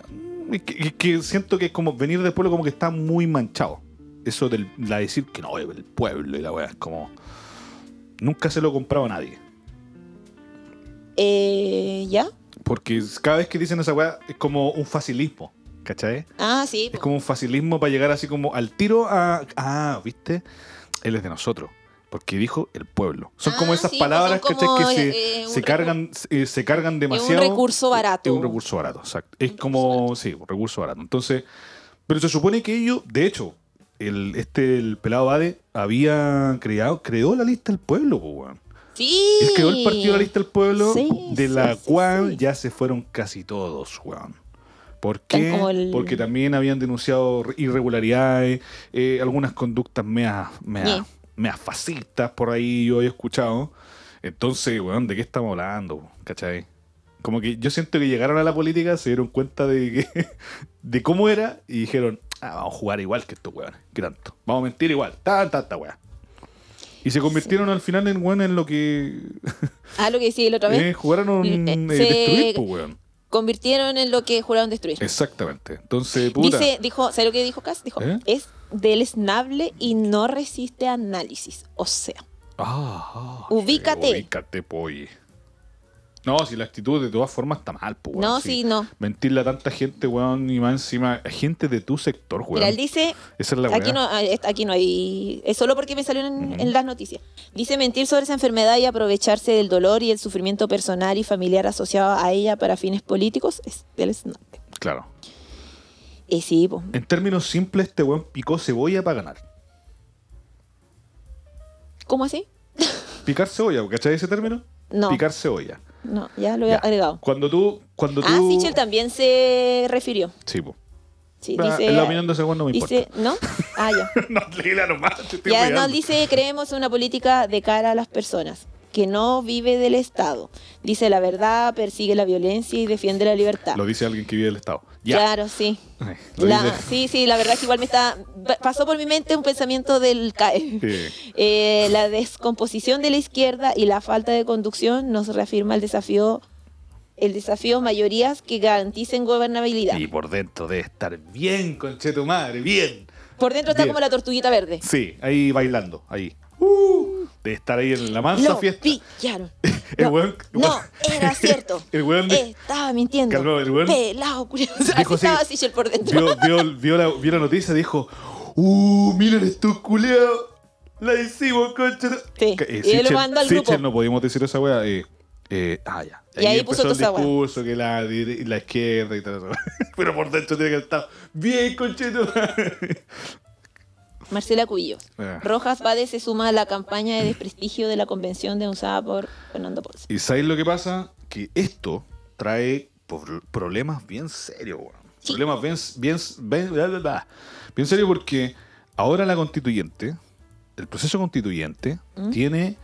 Speaker 1: Es que, es que siento que es como venir del pueblo, como que está muy manchado. Eso de la decir que no, el pueblo y la weá, es como. Nunca se lo compraba a nadie.
Speaker 2: Eh, ¿Ya?
Speaker 1: Porque cada vez que dicen esa weá es como un facilismo, ¿cachai?
Speaker 2: Ah, sí.
Speaker 1: Es
Speaker 2: po.
Speaker 1: como un facilismo para llegar así como al tiro a. Ah, ¿viste? Él es de nosotros. Porque dijo el pueblo. Son como
Speaker 2: Ah,
Speaker 1: esas
Speaker 2: sí, pues
Speaker 1: palabras,
Speaker 2: son
Speaker 1: ¿cachai?
Speaker 2: como,
Speaker 1: Que se,
Speaker 2: eh, eh, un
Speaker 1: se cargan, eh, se cargan demasiado.
Speaker 2: recurso barato.
Speaker 1: Es un recurso barato, exacto. Es
Speaker 2: Un recurso
Speaker 1: como, sí, un recurso barato. Entonces, pero se supone que ellos, de hecho, el, este, el pelado Bade había creado, creó la lista del pueblo, pues, weón.
Speaker 2: Sí.
Speaker 1: Él creó el partido de la lista del pueblo,
Speaker 2: Sí,
Speaker 1: de
Speaker 2: sí,
Speaker 1: la
Speaker 2: sí,
Speaker 1: cual
Speaker 2: sí.
Speaker 1: ya se fueron casi todos, weón. ¿Por
Speaker 2: Están
Speaker 1: qué?
Speaker 2: como el-
Speaker 1: Porque también habían denunciado irregularidades, eh, algunas conductas meas, meas,
Speaker 2: Ñe.
Speaker 1: meas fascistas por ahí, yo he escuchado. Entonces, weón, ¿de qué estamos hablando? ¿Cachai? Como que yo siento que llegaron a la política, se dieron cuenta de, que, de cómo era y dijeron, ah, vamos a jugar igual que estos weones, que tanto. Vamos a mentir igual, tanta, tanta, weá. Y se convirtieron al final en, weón, en lo que
Speaker 2: Ah, lo que decía la otra vez.
Speaker 1: eh, jugaron
Speaker 2: Eh,
Speaker 1: eh,
Speaker 2: se-
Speaker 1: destruir, pues, weón.
Speaker 2: Convirtieron en lo que juraron destruir.
Speaker 1: Exactamente. Entonces, puta.
Speaker 2: Dice, dijo, ¿sabes lo que dijo Cass? Dijo,
Speaker 1: ¿Eh?
Speaker 2: es deleznable y no resiste análisis. O sea,
Speaker 1: Ah, ah,
Speaker 2: Ubícate.
Speaker 1: Ubícate, poye. No, si la actitud de todas formas está mal, pues. weón,
Speaker 2: No, sí, no.
Speaker 1: Mentirle a tanta gente, weón, y más encima, gente de tu sector, weón.
Speaker 2: Mira, él dice,
Speaker 1: Esa es la
Speaker 2: aquí
Speaker 1: weá.
Speaker 2: no, hay- aquí no hay, es solo porque me salió en, en las noticias. Dice mentir sobre esa enfermedad y aprovecharse del dolor y el sufrimiento personal y familiar asociado a ella para fines políticos es espeluznante.
Speaker 1: Claro.
Speaker 2: Y sí, pues, po.
Speaker 1: En términos simples, este weón picó cebolla para ganar.
Speaker 2: ¿cómo así?
Speaker 1: Picar cebolla, ¿cachai ese término?
Speaker 2: No.
Speaker 1: Picar cebolla.
Speaker 2: No, ya lo he
Speaker 1: Ya.
Speaker 2: agregado.
Speaker 1: Cuando tú. Cuando
Speaker 2: Ah,
Speaker 1: tú...
Speaker 2: Sichel también se refirió.
Speaker 1: Sí, po.
Speaker 2: Sí,
Speaker 1: Ah,
Speaker 2: dice,
Speaker 1: en la opinión de ese weón no me
Speaker 2: dice, ¿no? Ah, ya.
Speaker 1: importa. no, léela nomás, te estoy
Speaker 2: Ya
Speaker 1: weando.
Speaker 2: nos dice, creemos en una política de cara a las personas, que no vive del Estado. Dice la verdad, persigue la violencia y defiende la libertad.
Speaker 1: Lo dice alguien que vive del Estado. Ya.
Speaker 2: Claro, sí.
Speaker 1: Ay, lo
Speaker 2: La-
Speaker 1: dice-
Speaker 2: sí, sí, la verdad es que igual me está... pa- Pasó por mi mente un pensamiento del CAE.
Speaker 1: Sí.
Speaker 2: Eh, la descomposición de la izquierda y la falta de conducción nos reafirma el desafío, el desafío mayorías que garanticen gobernabilidad.
Speaker 1: Y por dentro debe estar bien, conche tu madre, bien.
Speaker 2: Por dentro está
Speaker 1: Bien.
Speaker 2: como la tortuguita verde.
Speaker 1: Sí, ahí bailando, ahí. Uh, de estar ahí en la mansa
Speaker 2: Lo
Speaker 1: fiesta.
Speaker 2: pillaron.
Speaker 1: El
Speaker 2: No,
Speaker 1: weón-
Speaker 2: no, era cierto. Eh,
Speaker 1: El weón de-
Speaker 2: Estaba mintiendo.
Speaker 1: Calmado, el weón-
Speaker 2: Pelado, curioso. Así
Speaker 1: Dijo así,
Speaker 2: estaba Sichel por dentro.
Speaker 1: Vio, vio- vio la, vio la noticia y dijo: Uh, miren estos culeados. La hicimos, concha.
Speaker 2: Sí,
Speaker 1: Que, eh,
Speaker 2: y él lo
Speaker 1: Sichel-
Speaker 2: mandó al grupo.
Speaker 1: Sichel, no podíamos decir esa wea. eh, eh, ah, ya.
Speaker 2: Y ahí
Speaker 1: empezó el
Speaker 2: puso toda esa wea.
Speaker 1: discurso que la, dire- la izquierda y tal. Pero por dentro tiene que estar bien, conchito.
Speaker 2: Marcela Cubillos.
Speaker 1: Ah.
Speaker 2: Rojas Vade se suma a la campaña de desprestigio de la convención denunciada por Fernando Ponce.
Speaker 1: ¿Y sabes lo que pasa? Que esto trae por- problemas bien serios, weón.
Speaker 2: Sí.
Speaker 1: Problemas bien, bien, bien, bla, bla, bla. bien serios porque ahora la constituyente, el proceso constituyente,
Speaker 2: ¿Mm?
Speaker 1: tiene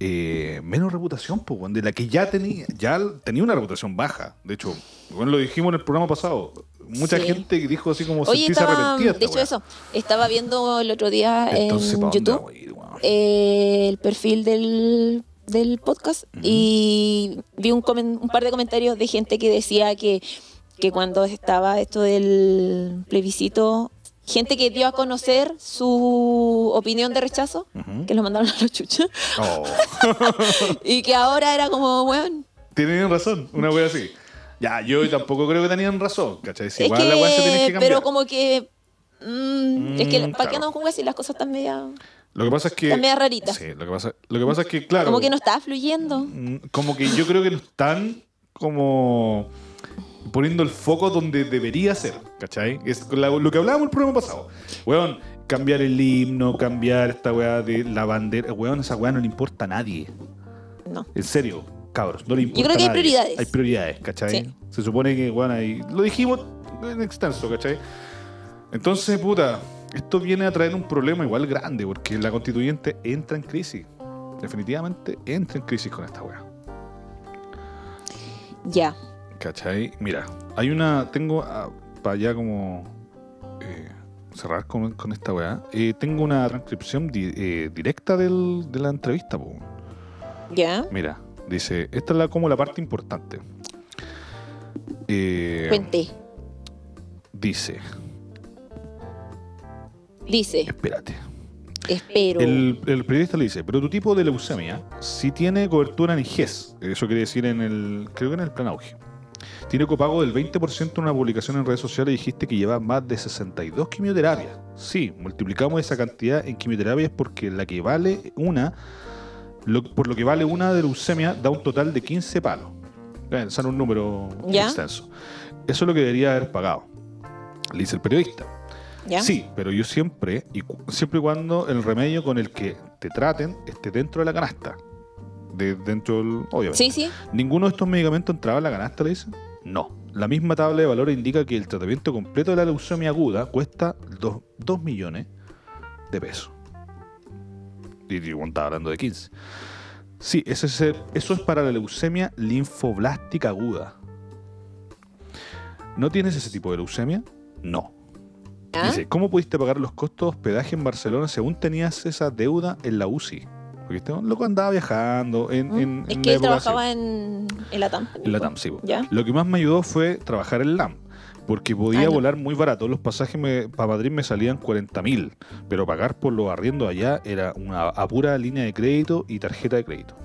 Speaker 1: eh, menos reputación, pues, weón, de la que ya tenía, ya tenía una reputación baja. De hecho, bueno, lo dijimos en el programa pasado. Mucha
Speaker 2: Sí.
Speaker 1: gente dijo así como
Speaker 2: Oye,
Speaker 1: sentirse
Speaker 2: estaba,
Speaker 1: arrepentida. esta
Speaker 2: de hecho
Speaker 1: weá.
Speaker 2: eso, estaba viendo el otro día
Speaker 1: Entonces, ¿pa'
Speaker 2: en
Speaker 1: dónde
Speaker 2: YouTube
Speaker 1: vamos a ir, weón?
Speaker 2: eh, el perfil del, del podcast y vi un, comen- un par de comentarios de gente que decía que, que cuando estaba esto del plebiscito, gente que dio a conocer su opinión de rechazo,
Speaker 1: Ujú.
Speaker 2: que lo mandaron a los chuchos,
Speaker 1: Oh.
Speaker 2: y que ahora era como, weón,
Speaker 1: Tienen razón, una wea así. Ya, yo tampoco creo que tenían razón, ¿cachai? Si
Speaker 2: es
Speaker 1: igual
Speaker 2: que,
Speaker 1: la wea se tiene que cambiar.
Speaker 2: pero como que... mm, es que,
Speaker 1: Mm,
Speaker 2: ¿para qué
Speaker 1: claro.
Speaker 2: andamos con weas si las cosas están media...
Speaker 1: Lo que pasa es que.
Speaker 2: Está media rarita.
Speaker 1: Sí, lo que pasa, lo que pasa es que, claro.
Speaker 2: Como que no estaba fluyendo.
Speaker 1: mm, como que yo creo que no están como poniendo el foco donde debería ser, ¿cachai? Es con la- lo que hablábamos el programa pasado. Weón, cambiar el himno, cambiar esta weá de la bandera. Weón, esa weá no le importa a nadie.
Speaker 2: No.
Speaker 1: En serio, cabros, no le importa.
Speaker 2: creo que
Speaker 1: a
Speaker 2: hay
Speaker 1: nadie.
Speaker 2: prioridades.
Speaker 1: Hay prioridades, ¿cachai?
Speaker 2: Sí.
Speaker 1: Se supone que, bueno, ahí lo dijimos en extenso, ¿cachai? Entonces, puta, esto viene a traer un problema igual grande, porque la constituyente entra en crisis. Definitivamente entra en crisis con esta weá.
Speaker 2: Ya.
Speaker 1: ¿Cachai? Mira, hay una. Tengo. para allá como. eh, cerrar con, con esta weá. eh, tengo una transcripción di- eh, directa del- de la entrevista, po.
Speaker 2: Ya.
Speaker 1: Mira, dice, esta es la, como la parte importante. Eh,
Speaker 2: Cuente.
Speaker 1: dice,
Speaker 2: Dice,
Speaker 1: espérate.
Speaker 2: espero.
Speaker 1: El, el periodista le dice, pero tu tipo de leucemia si tiene cobertura en IGES, eso quiere decir en el, creo que en el plan auge. Tiene copago del 20% en una publicación en redes sociales y dijiste que lleva más de 62 quimioterapias. Sí, multiplicamos esa cantidad en quimioterapias porque la que vale una, lo- por lo que vale una de leucemia da un total de 15 palos. Eh, sale un número
Speaker 2: ¿Ya?
Speaker 1: extenso. Eso es lo que debería haber pagado, le dice el periodista.
Speaker 2: ¿Ya?
Speaker 1: Sí, pero yo siempre, y cu- siempre y cuando el remedio con el que te traten esté dentro de la canasta. De, dentro del, obviamente.
Speaker 2: Sí, sí.
Speaker 1: ¿Ninguno de estos medicamentos entraba en la canasta, le dice? No. La misma tabla de valores indica que el tratamiento completo de la leucemia aguda cuesta 2 millones de pesos. Y Digimon estaba hablando de 15. Sí, ese es el- eso es para la leucemia linfoblástica aguda. ¿No tienes ese tipo de leucemia? No.
Speaker 2: ¿Ah?
Speaker 1: Dice, ¿cómo pudiste pagar los costos de hospedaje en Barcelona según tenías esa deuda en la UCI? Porque este loco andaba viajando en,
Speaker 2: Mm.
Speaker 1: en-
Speaker 2: es
Speaker 1: en
Speaker 2: que
Speaker 1: la
Speaker 2: él
Speaker 1: época
Speaker 2: trabajaba en, en la TAM.
Speaker 1: en la TAM, sí, po.
Speaker 2: ¿Ya?
Speaker 1: Lo que más me ayudó fue trabajar en LAM, porque podía
Speaker 2: Ah, no.
Speaker 1: volar muy barato. Los pasajes para Madrid me salían 40 mil, pero pagar por los arriendos allá era una a pura línea de crédito y tarjeta de crédito.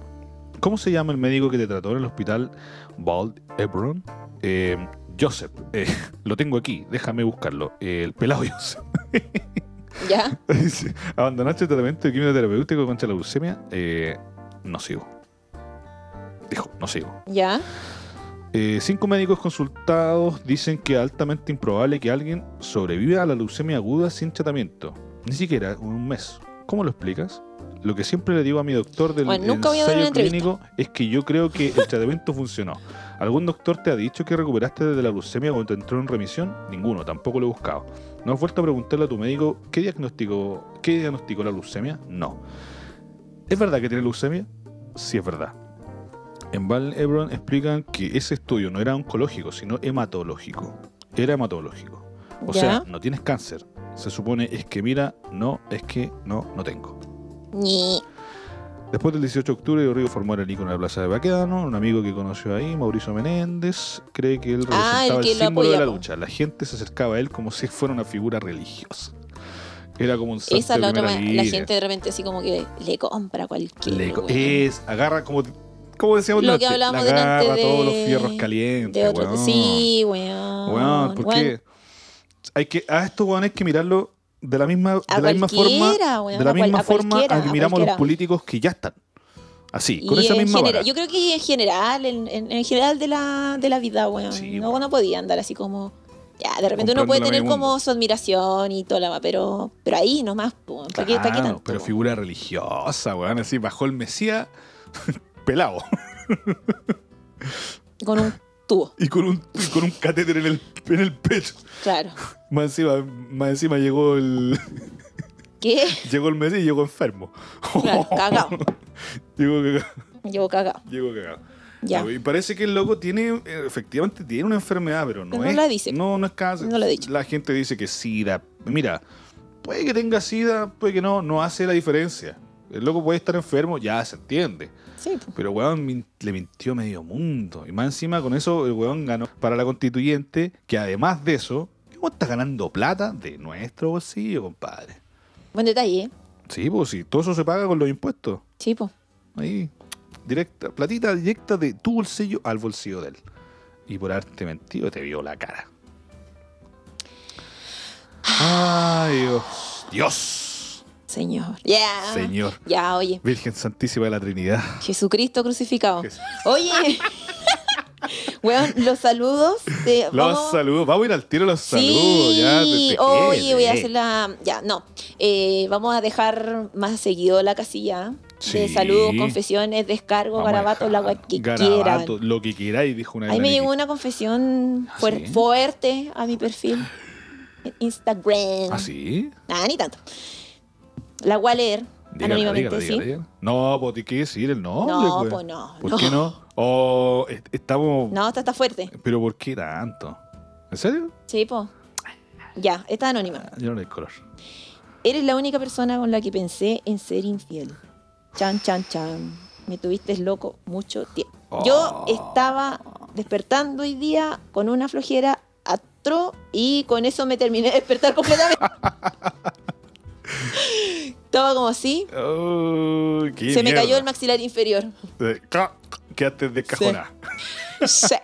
Speaker 1: ¿Cómo se llama el médico que te trató en el hospital Bald Ebron? Eh, Joseph. Eh, lo tengo aquí, déjame buscarlo. el pelado Joseph.
Speaker 2: ¿Ya?
Speaker 1: Dice, Abandonaste el tratamiento de quimioterapéutico contra la leucemia. Eh, no sigo. Dijo, no sigo.
Speaker 2: ¿Ya?
Speaker 1: Eh, cinco médicos consultados dicen que es altamente improbable que alguien sobreviva a la leucemia aguda sin tratamiento. Ni siquiera un mes. ¿Cómo lo explicas? Lo que siempre le digo a mi doctor del
Speaker 2: Bueno, nunca voy a dar
Speaker 1: ensayo
Speaker 2: una entrevista.
Speaker 1: clínico es que yo creo que el tratamiento funcionó. ¿Algún doctor te ha dicho que recuperaste de la leucemia cuando te entró en remisión? Ninguno, tampoco lo he buscado. ¿No has vuelto a preguntarle a tu médico qué diagnosticó, qué diagnosticó la leucemia? No. ¿Es verdad que tiene leucemia? Sí, es verdad. En Val Ebron explican que ese estudio no era oncológico, sino hematológico. Era hematológico. O
Speaker 2: Ya.
Speaker 1: sea, no tienes cáncer. Se supone es que mira, no, es que no, no tengo.
Speaker 2: Ni.
Speaker 1: Después del 18 de octubre, Río formó el icono de la Plaza de Baquedano. Un amigo que conoció ahí, Mauricio Menéndez, cree que él representaba
Speaker 2: Ah, el
Speaker 1: el,
Speaker 2: que lo
Speaker 1: símbolo de la
Speaker 2: apoyaba.
Speaker 1: lucha. La gente se acercaba a él como si fuera una figura religiosa. Era como un santo
Speaker 2: Esa es
Speaker 1: de
Speaker 2: la otra.
Speaker 1: primera
Speaker 2: ma- La
Speaker 1: línea.
Speaker 2: gente de repente así como que le compra cualquier.
Speaker 1: Le co- eh,
Speaker 2: weón.
Speaker 1: es, agarra como, como decíamos
Speaker 2: Lo que
Speaker 1: delante,
Speaker 2: hablamos
Speaker 1: le agarra
Speaker 2: delante de-
Speaker 1: todos los fierros calientes.
Speaker 2: de otro.
Speaker 1: weón.
Speaker 2: Sí, weón.
Speaker 1: Weón, ¿por
Speaker 2: Weón,
Speaker 1: qué? Hay que, a estos weón hay que mirarlo de la misma,
Speaker 2: A
Speaker 1: de la misma forma,
Speaker 2: cualquiera, weón,
Speaker 1: de la
Speaker 2: a cual-
Speaker 1: misma
Speaker 2: a
Speaker 1: forma
Speaker 2: cualquiera,
Speaker 1: a que
Speaker 2: a
Speaker 1: miramos
Speaker 2: cualquiera.
Speaker 1: los políticos que ya están. Así, con
Speaker 2: Y
Speaker 1: esa
Speaker 2: en
Speaker 1: misma
Speaker 2: genera-
Speaker 1: vara.
Speaker 2: Yo creo que en general, en, en- en general de la, de la vida, weón.
Speaker 1: Sí,
Speaker 2: no,
Speaker 1: weón.
Speaker 2: uno podía andar así como. Ya, de
Speaker 1: Comprando
Speaker 2: repente uno puede
Speaker 1: la
Speaker 2: tener
Speaker 1: medio
Speaker 2: como
Speaker 1: mundo.
Speaker 2: su admiración y toda la ma- pero, pero ahí nomás, po, weón. ¿Para qué, para qué
Speaker 1: Claro,
Speaker 2: tanto?
Speaker 1: pero
Speaker 2: weón?
Speaker 1: figura religiosa, weón. Así, bajó el Mesías pelado
Speaker 2: Con un tubo,
Speaker 1: y con un, y con un catéter en el, en el pecho.
Speaker 2: claro.
Speaker 1: Más encima, más encima llegó el
Speaker 2: ¿Qué?
Speaker 1: llegó el Mesías y llegó enfermo.
Speaker 2: Claro, cagado.
Speaker 1: llegó cagado.
Speaker 2: Llevo cagado.
Speaker 1: Llegó cagado.
Speaker 2: Ya.
Speaker 1: Y parece que el loco tiene, eh, efectivamente tiene una enfermedad, pero no
Speaker 2: Pero no
Speaker 1: es.
Speaker 2: la dice.
Speaker 1: No, no es cáncer.
Speaker 2: No la ha dicho.
Speaker 1: La gente dice que SIDA. Mira, puede que tenga SIDA, puede que no, no hace la diferencia. El loco puede estar enfermo, ya se entiende.
Speaker 2: Sí, po.
Speaker 1: Pero weón min- le mintió medio mundo. Y más encima con eso el weón ganó para la constituyente, que además de eso, el weón está ganando plata de nuestro bolsillo, compadre.
Speaker 2: Buen detalle, ¿eh?
Speaker 1: Sí, pues sí, todo eso se paga con los impuestos.
Speaker 2: Sí, po.
Speaker 1: Ahí, directa, platita directa de tu bolsillo al bolsillo de él. Y por arte mentido te vio la cara. Ay, Dios. Dios.
Speaker 2: Señor. Ya.
Speaker 1: Señor.
Speaker 2: Ya, oye.
Speaker 1: Virgen Santísima de la Trinidad.
Speaker 2: Jesucristo crucificado.
Speaker 1: Jesús.
Speaker 2: Oye. weón, los saludos. de-
Speaker 1: Los
Speaker 2: vamos-
Speaker 1: saludos. Vamos a ir al tiro los saludos. Ya,
Speaker 2: Sí,
Speaker 1: te- te
Speaker 2: oye, voy
Speaker 1: quieres.
Speaker 2: a hacer la. Ya, no. Eh, vamos a dejar más seguido la casilla ¿eh? de
Speaker 1: Sí.
Speaker 2: saludos, confesiones, descargo,
Speaker 1: Vamos a
Speaker 2: garabato, la
Speaker 1: dejar
Speaker 2: web que quieran.
Speaker 1: garabato, Lo que queráis, dijo una
Speaker 2: Ahí me
Speaker 1: gran
Speaker 2: llegó
Speaker 1: equipe.
Speaker 2: una confesión fuer-
Speaker 1: ¿Ah, ¿Sí?
Speaker 2: fuerte a mi perfil en Instagram.
Speaker 1: ¿Ah, sí?
Speaker 2: Nada, ni tanto. La voy a leer
Speaker 1: Dígala,
Speaker 2: anónimamente,
Speaker 1: dígala,
Speaker 2: ¿sí?
Speaker 1: dígala, dígala. No, pues tienes que decir el nombre.
Speaker 2: No,
Speaker 1: pues.
Speaker 2: pues no,
Speaker 1: ¿Por
Speaker 2: no.
Speaker 1: qué no? O est- estamos.
Speaker 2: No, esta está fuerte.
Speaker 1: ¿Pero por qué tanto? ¿En serio?
Speaker 2: Sí, po. Ya, esta es anónima.
Speaker 1: Ah, Yo no le doy color.
Speaker 2: Eres la única persona con la que pensé en ser infiel. Chan, chan, chan. Me tuviste loco mucho tiempo.
Speaker 1: Oh.
Speaker 2: Yo estaba despertando hoy día con una flojera atro y con eso me terminé de despertar completamente. estaba como así.
Speaker 1: Oh, qué
Speaker 2: Se me
Speaker 1: mierda.
Speaker 2: cayó el maxilar inferior.
Speaker 1: Eh, ca- Quedaste descajonada.
Speaker 2: Sí.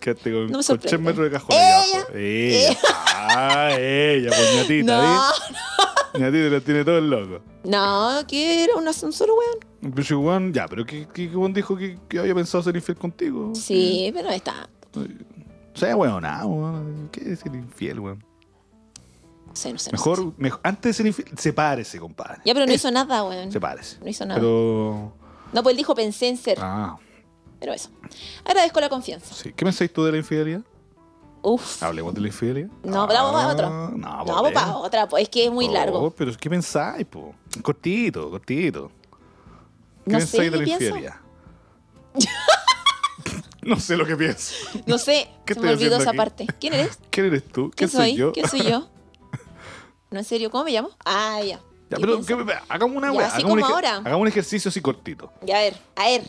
Speaker 1: Quédate con,
Speaker 2: No me
Speaker 1: con
Speaker 2: sorprende.
Speaker 1: 3 metros de cajón. Ella. Ella. Ah, ella, pues ñatita,
Speaker 2: No,
Speaker 1: ¿ves? Ñatita lo tiene todo el loco.
Speaker 2: no, que era un, un solo weón.
Speaker 1: Pero si Juan, ya, pero que, que, que Juan dijo que, que había pensado ser infiel contigo.
Speaker 2: Sí, pero está.
Speaker 1: O sea, weón, ah, weón. ¿Qué es ser infiel, weón?
Speaker 2: No sé, no sé. no sé.
Speaker 1: Mejor, mejor, antes de ser infiel, sepárese, compadre. Eh,
Speaker 2: Ya, pero no hizo nada, weón.
Speaker 1: Sepárese.
Speaker 2: No hizo nada.
Speaker 1: Pero.
Speaker 2: No, pues él dijo pensé en ser.
Speaker 1: Ah,
Speaker 2: Pero eso. Agradezco la confianza.
Speaker 1: sí. ¿Qué pensáis tú de la infidelidad?
Speaker 2: Uf.
Speaker 1: Hablemos de la infidelidad. Ah,
Speaker 2: No, pero vamos a otro.
Speaker 1: No,
Speaker 2: No, pues para otra, pues es que es muy
Speaker 1: eh. Oh,
Speaker 2: largo.
Speaker 1: Pero ¿qué pensáis, po? Cortito, cortito. ¿Qué
Speaker 2: No sé
Speaker 1: pensáis
Speaker 2: qué
Speaker 1: de la
Speaker 2: pienso.
Speaker 1: infidelidad? no sé lo que pienso.
Speaker 2: No sé,
Speaker 1: ¿Qué
Speaker 2: se
Speaker 1: estoy
Speaker 2: me olvidó
Speaker 1: haciendo
Speaker 2: esa
Speaker 1: aquí?
Speaker 2: parte. ¿Quién eres?
Speaker 1: ¿Quién eres tú? ¿Quién
Speaker 2: ¿Quién soy?
Speaker 1: soy yo?
Speaker 2: ¿Quién soy yo? No, en serio, ¿cómo me llamo? Ah, ya.
Speaker 1: Ya,
Speaker 2: ¿Qué
Speaker 1: pero
Speaker 2: pienso?
Speaker 1: que- hagamos una
Speaker 2: Ya,
Speaker 1: weá,
Speaker 2: así
Speaker 1: hagamos, un
Speaker 2: como
Speaker 1: ejer-
Speaker 2: ahora.
Speaker 1: hagamos un ejercicio así cortito.
Speaker 2: Ya, a ver, a ver.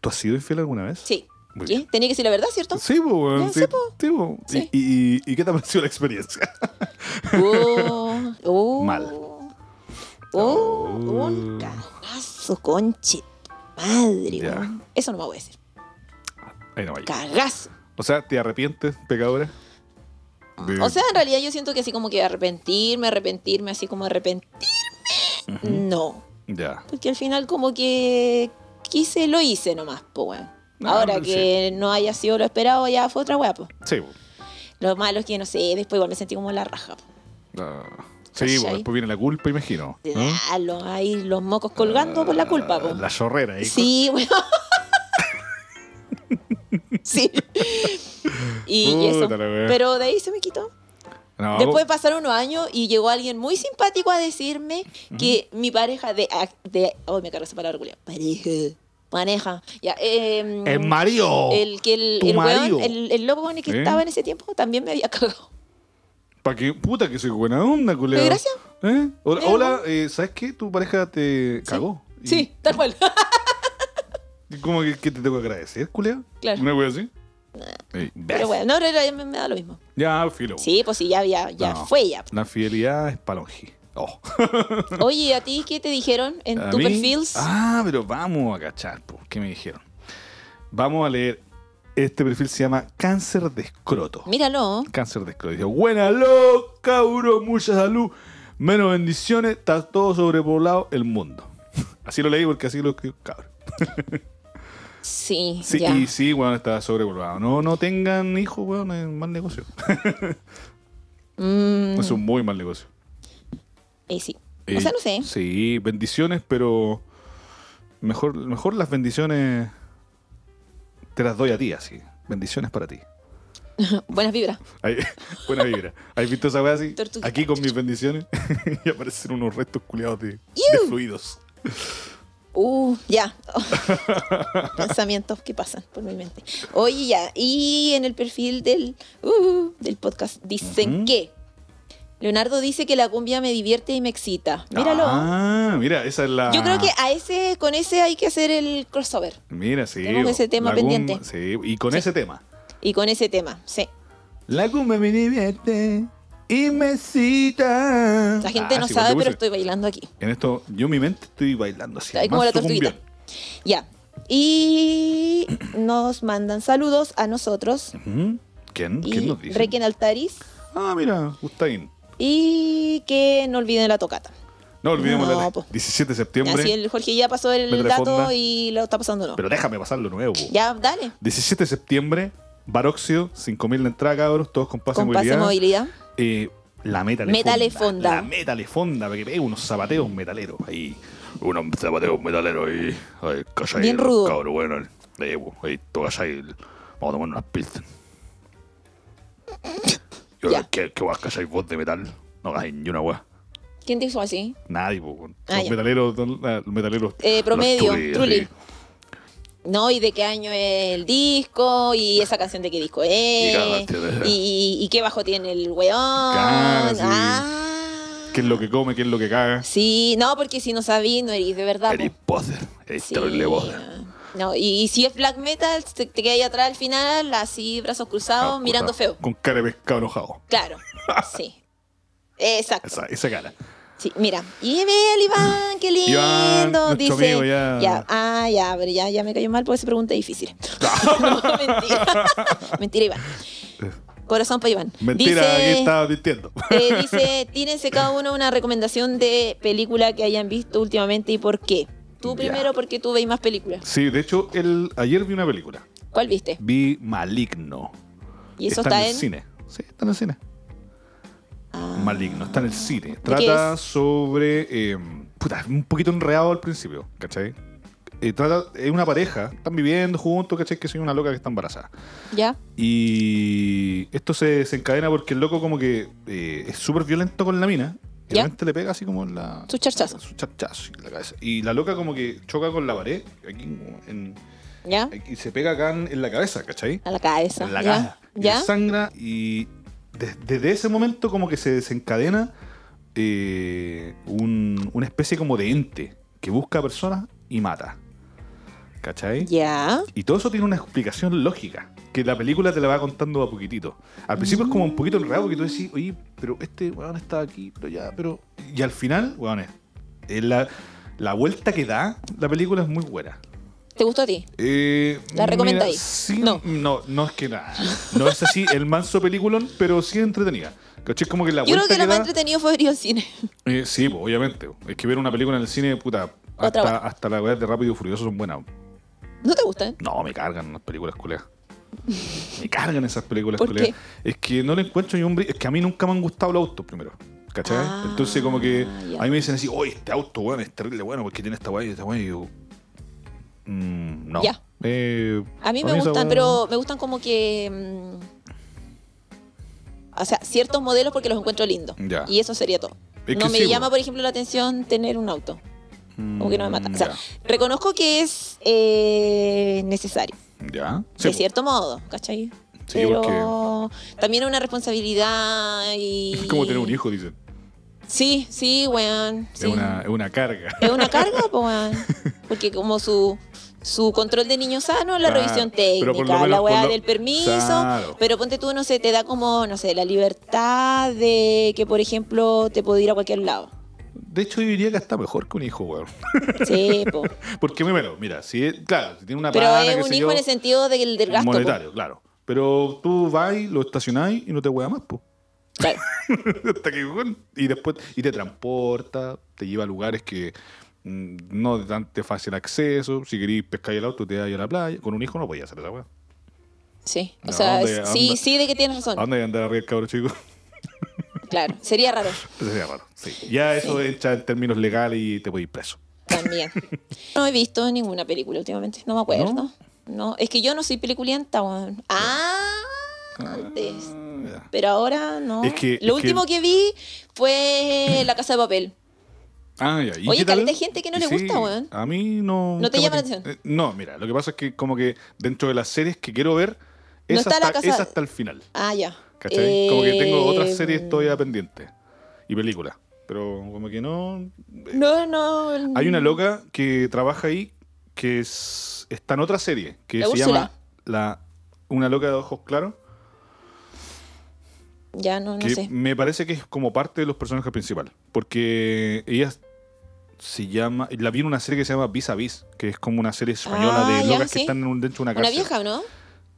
Speaker 1: ¿Tú has sido infiel alguna vez?
Speaker 2: Sí.
Speaker 1: Muy
Speaker 2: ¿Qué?
Speaker 1: bien.
Speaker 2: Tenía que decir la verdad, ¿cierto?
Speaker 1: Sí, po, weón,
Speaker 2: Ya,
Speaker 1: sí,
Speaker 2: sí, po.
Speaker 1: sí, po.
Speaker 2: Sí.
Speaker 1: ¿Y, y, y qué te ha parecido la experiencia?
Speaker 2: Oh, oh.
Speaker 1: Mal.
Speaker 2: Oh, un cagazo, conche. madre,
Speaker 1: Ya.
Speaker 2: weón. Eso no me voy a decir.
Speaker 1: Ahí no vaya.
Speaker 2: Cagazo.
Speaker 1: O sea, ¿te arrepientes, pecadora? De-
Speaker 2: O sea, en realidad yo siento que así como que arrepentirme, arrepentirme, así como arrepentirme. No.
Speaker 1: Ya.
Speaker 2: Porque al final como que quise, lo hice nomás, po, weón.
Speaker 1: No,
Speaker 2: Ahora
Speaker 1: hombre,
Speaker 2: que no haya sido lo esperado, ya fue otra weá, po.
Speaker 1: Sí, po.
Speaker 2: Lo malo es que, no sé, después igual me sentí como la raja, po.
Speaker 1: Ah. Sí, po,
Speaker 2: ¿Cachai?
Speaker 1: después viene la culpa, imagino.
Speaker 2: De
Speaker 1: ¿no?
Speaker 2: darlo, ahí los mocos colgando por la culpa, po.
Speaker 1: Ah, La chorrera ahí.
Speaker 2: Sí, weón. sí. Y, y eso.
Speaker 1: Puta la weá.
Speaker 2: Pero de ahí se me quitó.
Speaker 1: No,
Speaker 2: Después pasaron unos años y llegó alguien muy simpático a decirme que mi pareja de... ac- de oh, me cargo esa palabra, culia. Pareja. Pareja. Ya, em,
Speaker 1: El Mario.
Speaker 2: el que el,
Speaker 1: Tu
Speaker 2: el
Speaker 1: marido.
Speaker 2: weón, el, el lobo con el que
Speaker 1: ¿Eh?
Speaker 2: estaba en ese tiempo también me había cagado.
Speaker 1: Pa' que puta que soy buena onda, culero.
Speaker 2: Pero gracias.
Speaker 1: ¿Eh? Hola,
Speaker 2: Eh,
Speaker 1: hola, eh, ¿sabes qué? Tu pareja te cagó. Y-
Speaker 2: Sí, tal cual.
Speaker 1: y ¿Cómo que, que te tengo que agradecer, culero?
Speaker 2: Claro.
Speaker 1: ¿Una wea así? Ey,
Speaker 2: Pero
Speaker 1: ves.
Speaker 2: bueno, no, pero ya me, me da lo mismo.
Speaker 1: Ya, filo.
Speaker 2: Sí, pues sí, ya, ya, ya
Speaker 1: No.
Speaker 2: fue ya.
Speaker 1: La fidelidad es palonji. Oh.
Speaker 2: Oye, ¿a ti qué te dijeron en
Speaker 1: ¿A
Speaker 2: tu
Speaker 1: mí?
Speaker 2: perfil?
Speaker 1: Ah, pero vamos a cachar, po. ¿qué me dijeron? Vamos a leer. Este perfil se llama Cáncer de Escroto.
Speaker 2: Míralo.
Speaker 1: Cáncer de escroto. Dice, buena loca, bro, mucha salud, menos bendiciones, está todo sobrepoblado el mundo. Así lo leí porque así lo escribió, cabrón.
Speaker 2: Sí,
Speaker 1: Sí,
Speaker 2: ya.
Speaker 1: y sí, weón, está sobrepoblado. No, no tengan hijos, weón, es mal negocio.
Speaker 2: Mm,
Speaker 1: Es un muy mal negocio.
Speaker 2: eh, sí.
Speaker 1: Eh,
Speaker 2: O sea, no sé.
Speaker 1: Sí, bendiciones, pero mejor, mejor las bendiciones te las doy a ti, así. Bendiciones para ti.
Speaker 2: Buenas vibras.
Speaker 1: Ahí- buena vibra. ¿Has visto esa weá así?
Speaker 2: Tortuguita.
Speaker 1: Aquí con mis bendiciones. y aparecen unos restos culiados de, de fluidos.
Speaker 2: Uh, ya. Pensamientos que pasan por mi mente. Oye, ya. Y en el perfil del, uh, del podcast dicen
Speaker 1: Ujú.
Speaker 2: que Leonardo dice que la cumbia me divierte y me excita. Míralo.
Speaker 1: Ah, mira, esa es la.
Speaker 2: Yo creo que a ese, con ese hay que hacer el crossover.
Speaker 1: Mira, sí.
Speaker 2: tenemos ese tema
Speaker 1: la cum-
Speaker 2: pendiente.
Speaker 1: Sí, y con
Speaker 2: Sí.
Speaker 1: ese tema.
Speaker 2: Y con ese tema, sí.
Speaker 1: La cumbia me divierte y me cita.
Speaker 2: La gente
Speaker 1: Ah,
Speaker 2: no
Speaker 1: sí,
Speaker 2: sabe,
Speaker 1: igual
Speaker 2: pero
Speaker 1: te puse.
Speaker 2: estoy bailando aquí.
Speaker 1: En esto, yo en mi mente estoy bailando así.
Speaker 2: Está ahí como
Speaker 1: más
Speaker 2: la
Speaker 1: tu
Speaker 2: tortuguita.
Speaker 1: cumbión.
Speaker 2: Ya. Y nos mandan saludos a nosotros.
Speaker 1: Ujú. ¿Quién?
Speaker 2: Y
Speaker 1: ¿Quién nos dice?
Speaker 2: Requien Altaris.
Speaker 1: Ah, mira, Gustavín.
Speaker 2: Y que no olviden la tocata.
Speaker 1: No olvidemos
Speaker 2: No,
Speaker 1: la
Speaker 2: po.
Speaker 1: 17 de septiembre.
Speaker 2: Así el Jorge ya pasó el
Speaker 1: Vete a la
Speaker 2: dato
Speaker 1: fonda.
Speaker 2: y lo está pasando no.
Speaker 1: Pero déjame pasar lo nuevo. po.
Speaker 2: Ya, dale.
Speaker 1: 17 de septiembre, Baróxido, 5000 de entrada, cabros, todos con pase de
Speaker 2: Con pase de
Speaker 1: movilidad.
Speaker 2: movilidad.
Speaker 1: Eh, la meta le
Speaker 2: Meta le fonda.
Speaker 1: La meta le fonda, para que pegue unos zapateos metaleros ahí. Unos zapateos metaleros ahí. Ay, calla ahí,
Speaker 2: Bien rudo.
Speaker 1: Cabro, bueno. Ahí, po, ahí, tú calla ahí. Vamos a tomar unas pilsen. Yo,
Speaker 2: Ya.
Speaker 1: ¿Qué, qué vas a callar voz de metal? No hagáis ni una weá.
Speaker 2: ¿Quién te hizo así?
Speaker 1: Nadie, po. weón.
Speaker 2: Ah,
Speaker 1: los
Speaker 2: ya.
Speaker 1: metaleros, don- ah, los metaleros.
Speaker 2: Eh,
Speaker 1: los
Speaker 2: promedio,
Speaker 1: turis,
Speaker 2: Trulli.
Speaker 1: así.
Speaker 2: No, y de qué año es el disco, y esa canción de qué disco
Speaker 1: Y
Speaker 2: es,
Speaker 1: cagaste,
Speaker 2: y, y qué bajo tiene el weón.
Speaker 1: Claro, sí.
Speaker 2: Ah.
Speaker 1: ¿Qué es lo que come? ¿Qué es lo que caga?
Speaker 2: Sí, no, porque si no sabí, no eres de verdad.
Speaker 1: Eres
Speaker 2: po.
Speaker 1: poser. Eres
Speaker 2: Sí.
Speaker 1: terrible poser.
Speaker 2: No, y, y si es black metal, te, te quedas ahí atrás al final, así, brazos cruzados,
Speaker 1: Ah,
Speaker 2: mirando
Speaker 1: puta,
Speaker 2: feo.
Speaker 1: Con cara de pescado enojado.
Speaker 2: Claro, sí. Exacto.
Speaker 1: Esa, esa cara.
Speaker 2: Sí, mira. Y ve el Iván, qué lindo.
Speaker 1: Iván, nuestro
Speaker 2: dice.
Speaker 1: amigo, ya.
Speaker 2: Ah, ya, pero ya, ya me cayó mal porque esa pregunta es difícil. no, mentira. mentira, Iván. Corazón para Iván.
Speaker 1: Mentira,
Speaker 2: dice,
Speaker 1: aquí estaba mintiendo.
Speaker 2: eh, dice, tírense cada uno una recomendación de película que hayan visto últimamente y por qué. Tú
Speaker 1: Ya.
Speaker 2: primero porque tú veis más películas.
Speaker 1: Sí, de hecho, el, ayer vi una película.
Speaker 2: ¿Cuál viste?
Speaker 1: Vi Maligno.
Speaker 2: Y eso está,
Speaker 1: en el
Speaker 2: en...
Speaker 1: cine. Sí, está en el cine.
Speaker 2: Ah,
Speaker 1: Maligno, está en el cine.
Speaker 2: qué
Speaker 1: Trata
Speaker 2: es?
Speaker 1: sobre. eh, puta, un poquito enredado al principio, ¿cachai? Eh, trata, es una pareja, están viviendo juntos, ¿cachai? Que soy una loca que está embarazada.
Speaker 2: ¿Ya?
Speaker 1: Y esto se desencadena porque el loco como que eh, es súper violento con la mina. Y
Speaker 2: ¿Ya?
Speaker 1: de repente le pega así como en la...
Speaker 2: Su charchazo.
Speaker 1: Su charchazo en la cabeza. Y la loca como que choca con la pared aquí como en-
Speaker 2: ¿Ya?
Speaker 1: y se pega acá en, en la cabeza, ¿cachai?
Speaker 2: A la cabeza.
Speaker 1: En la
Speaker 2: ¿Ya?
Speaker 1: cara. Y le
Speaker 2: ¿Ya?
Speaker 1: sangra y des- desde ese momento como que se desencadena eh, un- una especie como de ente que busca a personas y mata. ¿Cachai?
Speaker 2: ¿Ya?
Speaker 1: Y todo eso tiene una explicación lógica, que la película te la va contando a poquitito. Al principio es como un poquito enredado porque tú decís, oye, pero este weón está aquí, pero ya, pero. Y al final, weón, es- es la, la vuelta que da la película es muy buena.
Speaker 2: ¿Te gustó a ti?
Speaker 1: Eh,
Speaker 2: ¿La recomendáis?
Speaker 1: mira, sí,
Speaker 2: No.
Speaker 1: no. no, es que nada. No es así el manso peliculón, pero sí entretenida. ¿Cachai? Como que la
Speaker 2: Yo creo
Speaker 1: vuelta
Speaker 2: que la más
Speaker 1: da-
Speaker 2: entretenido fue ver al cine.
Speaker 1: Eh, sí, pues, obviamente. Es que ver una película en el cine, puta,
Speaker 2: Otra
Speaker 1: hasta,
Speaker 2: buena.
Speaker 1: hasta las weas de Rápido y Furioso son buenas.
Speaker 2: ¿No te gusta? eh?
Speaker 1: No, me cargan las películas culeas. Me cargan esas películas
Speaker 2: ¿Por
Speaker 1: culeas. Es que no le encuentro ni un brillo. Es que a mí nunca me han gustado los autos primero. ¿Cachai?
Speaker 2: Ah,
Speaker 1: Entonces, como que
Speaker 2: ya.
Speaker 1: a mí me dicen así, oye, este auto, weón, es terrible, bueno, porque tiene esta wea y esta wea. Y yo, "Mm, no.
Speaker 2: Ya.
Speaker 1: Eh,
Speaker 2: A mí
Speaker 1: para
Speaker 2: me
Speaker 1: esa
Speaker 2: gustan,
Speaker 1: wea-
Speaker 2: pero me gustan como que... mm, o sea, ciertos modelos porque los encuentro lindos.
Speaker 1: Ya.
Speaker 2: Y eso sería todo.
Speaker 1: Es
Speaker 2: no
Speaker 1: que
Speaker 2: me
Speaker 1: sí,
Speaker 2: llama,
Speaker 1: po.
Speaker 2: por ejemplo, la atención tener un auto. Como que no me mata.
Speaker 1: Mm,
Speaker 2: O sea, reconozco que es eh, necesario.
Speaker 1: ya. ya.
Speaker 2: de
Speaker 1: po.
Speaker 2: cierto modo, ¿cachai?
Speaker 1: Sí,
Speaker 2: Pero también es una responsabilidad y...
Speaker 1: Es como tener un hijo, dicen.
Speaker 2: Sí, sí, weón. sí.
Speaker 1: Es, una, es una carga.
Speaker 2: ¿Es una carga, po, weón? Porque como su, su control de niño sano, la
Speaker 1: Claro,
Speaker 2: revisión
Speaker 1: pero por lo
Speaker 2: técnica, la
Speaker 1: menos,
Speaker 2: weá
Speaker 1: por lo-
Speaker 2: del permiso,
Speaker 1: Claro.
Speaker 2: pero ponte tú, no sé, te da como, no sé, la libertad de que, por ejemplo, te puedo ir a cualquier lado.
Speaker 1: De hecho, yo diría que está mejor que un hijo, weón.
Speaker 2: Sí, po.
Speaker 1: Porque primero, mira, si es- claro, si tiene una
Speaker 2: Pero
Speaker 1: pana,
Speaker 2: es
Speaker 1: qué
Speaker 2: un
Speaker 1: sé
Speaker 2: hijo
Speaker 1: yo,
Speaker 2: en el sentido del, del gasto. po.
Speaker 1: monetario, claro. Pero tú vas, lo estacionás y no te hueas más, po.
Speaker 2: Claro.
Speaker 1: Hasta que, bueno, y después, y te transporta, te lleva a lugares que mm, no de tan de fácil acceso. Si querís pescar el auto, te das a la playa. Con un hijo no podías hacer esa weá.
Speaker 2: Sí, o
Speaker 1: No,
Speaker 2: sea,
Speaker 1: ¿dónde-
Speaker 2: sí,
Speaker 1: dónde-
Speaker 2: sí, de que tienes
Speaker 1: ¿A
Speaker 2: razón.
Speaker 1: dónde andar arriba el cabro chico?
Speaker 2: Claro, sería raro.
Speaker 1: Eso sería raro. Sí. Ya eso entra en términos legales y te puedes ir preso.
Speaker 2: También. No he visto ninguna película últimamente, no me acuerdo.
Speaker 1: ¿No?
Speaker 2: ¿No? es que yo no soy peliculienta, weón. Ah, antes.
Speaker 1: Ah,
Speaker 2: Pero ahora no.
Speaker 1: Es que-
Speaker 2: Lo
Speaker 1: es que-
Speaker 2: último que... vi fue La Casa de Papel.
Speaker 1: Ah, ya. ¿Y
Speaker 2: Oye,
Speaker 1: qué tal?
Speaker 2: caleta de gente que no le gusta, weón.
Speaker 1: A mí no.
Speaker 2: ¿No te
Speaker 1: como
Speaker 2: llama la
Speaker 1: que-
Speaker 2: atención?
Speaker 1: eh, no, mira, lo que pasa es que, como que dentro de las series que quiero ver,
Speaker 2: No
Speaker 1: es,
Speaker 2: está la
Speaker 1: hasta,
Speaker 2: casa-
Speaker 1: es hasta el final.
Speaker 2: Ah, ya.
Speaker 1: ¿Cachai? Como que tengo otras
Speaker 2: Eh,
Speaker 1: series todavía pendientes y películas. Pero como que no.
Speaker 2: No, no. mm,
Speaker 1: Hay una loca que trabaja ahí que es, está en otra serie que
Speaker 2: La
Speaker 1: se
Speaker 2: Úrsula.
Speaker 1: llama la Una loca de ojos claros.
Speaker 2: Ya, no, no
Speaker 1: que
Speaker 2: sé.
Speaker 1: me parece que es como parte de los personajes principales. Porque ella se llama. La vi en una serie que se llama Vis a Vis, que es como una serie española
Speaker 2: Ah,
Speaker 1: de
Speaker 2: ya,
Speaker 1: locas
Speaker 2: sí.
Speaker 1: que están en un- dentro de una
Speaker 2: Una
Speaker 1: cárcel.
Speaker 2: vieja, ¿no?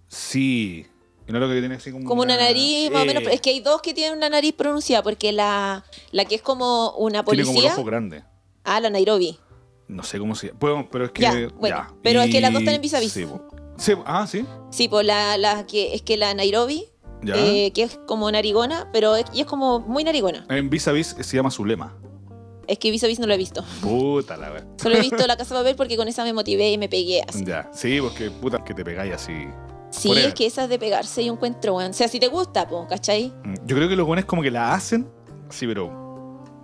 Speaker 1: Sí. Una loca que tiene así como.
Speaker 2: Como una nariz, más o menos.
Speaker 1: Eh,
Speaker 2: Es que hay dos que tienen una nariz pronunciada, porque la, la que es como una
Speaker 1: Tiene como el
Speaker 2: policía.
Speaker 1: ojo grande.
Speaker 2: Ah, la Nairobi.
Speaker 1: No sé cómo se llama. Bueno, pero es que.
Speaker 2: Ya, bueno,
Speaker 1: ya.
Speaker 2: pero es que las dos están en Vis a
Speaker 1: visavis
Speaker 2: Vis.
Speaker 1: ah, sí.
Speaker 2: Sí, pues la, la que es que la Nairobi,
Speaker 1: Ya.
Speaker 2: eh, que es como narigona, pero es, y es como muy narigona.
Speaker 1: En Vis a Vis se llama Zulema.
Speaker 2: Es que Vis a Vis no lo he visto.
Speaker 1: Puta la verdad.
Speaker 2: Solo he visto La Casa de Papel porque con esa me motivé y me pegué así.
Speaker 1: Ya. Sí, porque puta que te pegáis así.
Speaker 2: Sí,
Speaker 1: Forever.
Speaker 2: es que esas de pegarse yo encuentro, weón. O sea, si te gusta, pues, ¿cachai?
Speaker 1: Mm, Yo creo que los buenos como que la hacen. Sí, pero.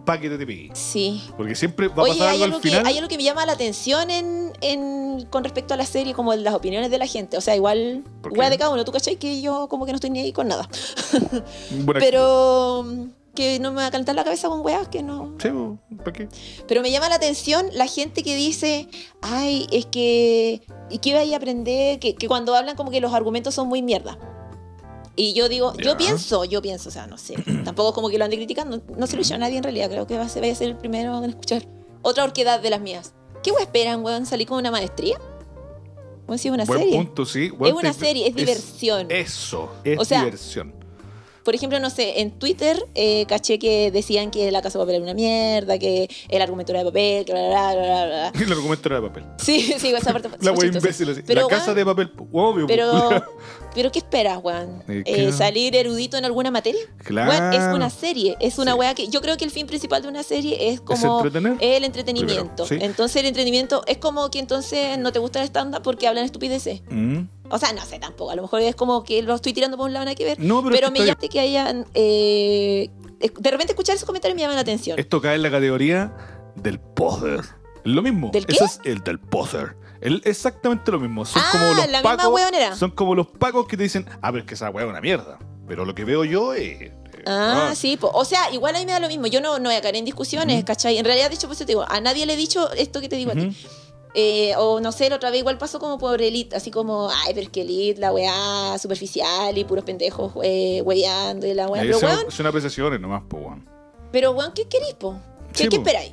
Speaker 1: Pa' que te, te peguís.
Speaker 2: Sí.
Speaker 1: Porque siempre va a
Speaker 2: Oye,
Speaker 1: pasar
Speaker 2: hay
Speaker 1: algo
Speaker 2: algo,
Speaker 1: al
Speaker 2: que,
Speaker 1: final.
Speaker 2: hay algo que me llama la atención en, en- con respecto a la serie, como las opiniones de la gente. O sea, igual,
Speaker 1: ¿Por qué?
Speaker 2: weá de cada uno, tú cachai que yo como que no estoy ni ahí con nada.
Speaker 1: Bueno,
Speaker 2: Pero mm, que no me va a calentar la cabeza con weas que no.
Speaker 1: sí, bo, ¿para qué?
Speaker 2: Pero me llama la atención la gente que dice, ay, es que, ¿y qué vais a aprender? Que, que cuando hablan como que los argumentos son muy mierda. Y yo digo, yo
Speaker 1: Ya.
Speaker 2: pienso, yo pienso, o sea, no sé, tampoco como que lo ande criticando, no se lo escucha a nadie en realidad, creo que va a ser, vaya a ser el primero en escuchar. Otra orquedad de las mías. ¿Qué weón esperan, weón? ¿Salir con una maestría? Weón, si es una
Speaker 1: Buen
Speaker 2: serie.
Speaker 1: punto, sí.
Speaker 2: Es
Speaker 1: Buen eh.
Speaker 2: una
Speaker 1: te-
Speaker 2: serie, es diversión.
Speaker 1: Eso, es
Speaker 2: O sea,
Speaker 1: diversión.
Speaker 2: Por ejemplo, no sé, en Twitter eh, caché que decían que la casa de papel era una mierda, que el argumento era de papel, que bla, bla, bla, bla, bla.
Speaker 1: El argumento era de papel.
Speaker 2: Sí, sí, esa parte fue
Speaker 1: La wea
Speaker 2: chistosa.
Speaker 1: imbécil así.
Speaker 2: Pero,
Speaker 1: la casa
Speaker 2: weón,
Speaker 1: de papel. po. Obvio. po.
Speaker 2: Pero, pero ¿qué esperas, weón?
Speaker 1: Eh,
Speaker 2: Eh,
Speaker 1: claro.
Speaker 2: ¿Salir erudito en alguna materia?
Speaker 1: Claro.
Speaker 2: Weón, es una serie, es una
Speaker 1: Sí.
Speaker 2: weá que... Yo creo que el fin principal de una serie es como...
Speaker 1: entretener,
Speaker 2: El entretenimiento.
Speaker 1: primero, sí.
Speaker 2: Entonces el entretenimiento es como que entonces no te gusta el stand-up porque hablan estupideces.
Speaker 1: Mm.
Speaker 2: O sea, no sé tampoco. A lo mejor es como que lo estoy tirando por un lado, nada que ver.
Speaker 1: No, pero,
Speaker 2: pero
Speaker 1: es que
Speaker 2: me
Speaker 1: está bien.
Speaker 2: llamaste que hayan... eh, de repente escuchar esos comentarios me llama la atención.
Speaker 1: Esto cae en la categoría del poser. Es Lo mismo.
Speaker 2: ¿Del qué?
Speaker 1: Eso es el del poser. El, exactamente lo mismo. Son
Speaker 2: Ah,
Speaker 1: como los
Speaker 2: la misma
Speaker 1: pacos.
Speaker 2: hueonera.
Speaker 1: Son como los pacos que te dicen, ah, pero es que esa hueá es una mierda. Pero lo que veo yo es. eh,
Speaker 2: Ah,
Speaker 1: ah,
Speaker 2: sí, po. o sea, igual a mí me da lo mismo. Yo no, no voy a caer en discusiones, ¿cachai? En realidad, de hecho, por eso te digo, a nadie le he dicho esto que te digo a
Speaker 1: ujú.
Speaker 2: ti. Eh, o no sé, la otra vez igual pasó como por Elite, así como, ay, pero es que Elite, la weá superficial y puros pendejos eh, weyando y la weá.
Speaker 1: Ahí
Speaker 2: Pero
Speaker 1: son,
Speaker 2: weón,
Speaker 1: son apreciaciones nomás, po, weón.
Speaker 2: pero weón, ¿qué querís, po? ¿Qué,
Speaker 1: Sí,
Speaker 2: qué
Speaker 1: po.
Speaker 2: esperáis?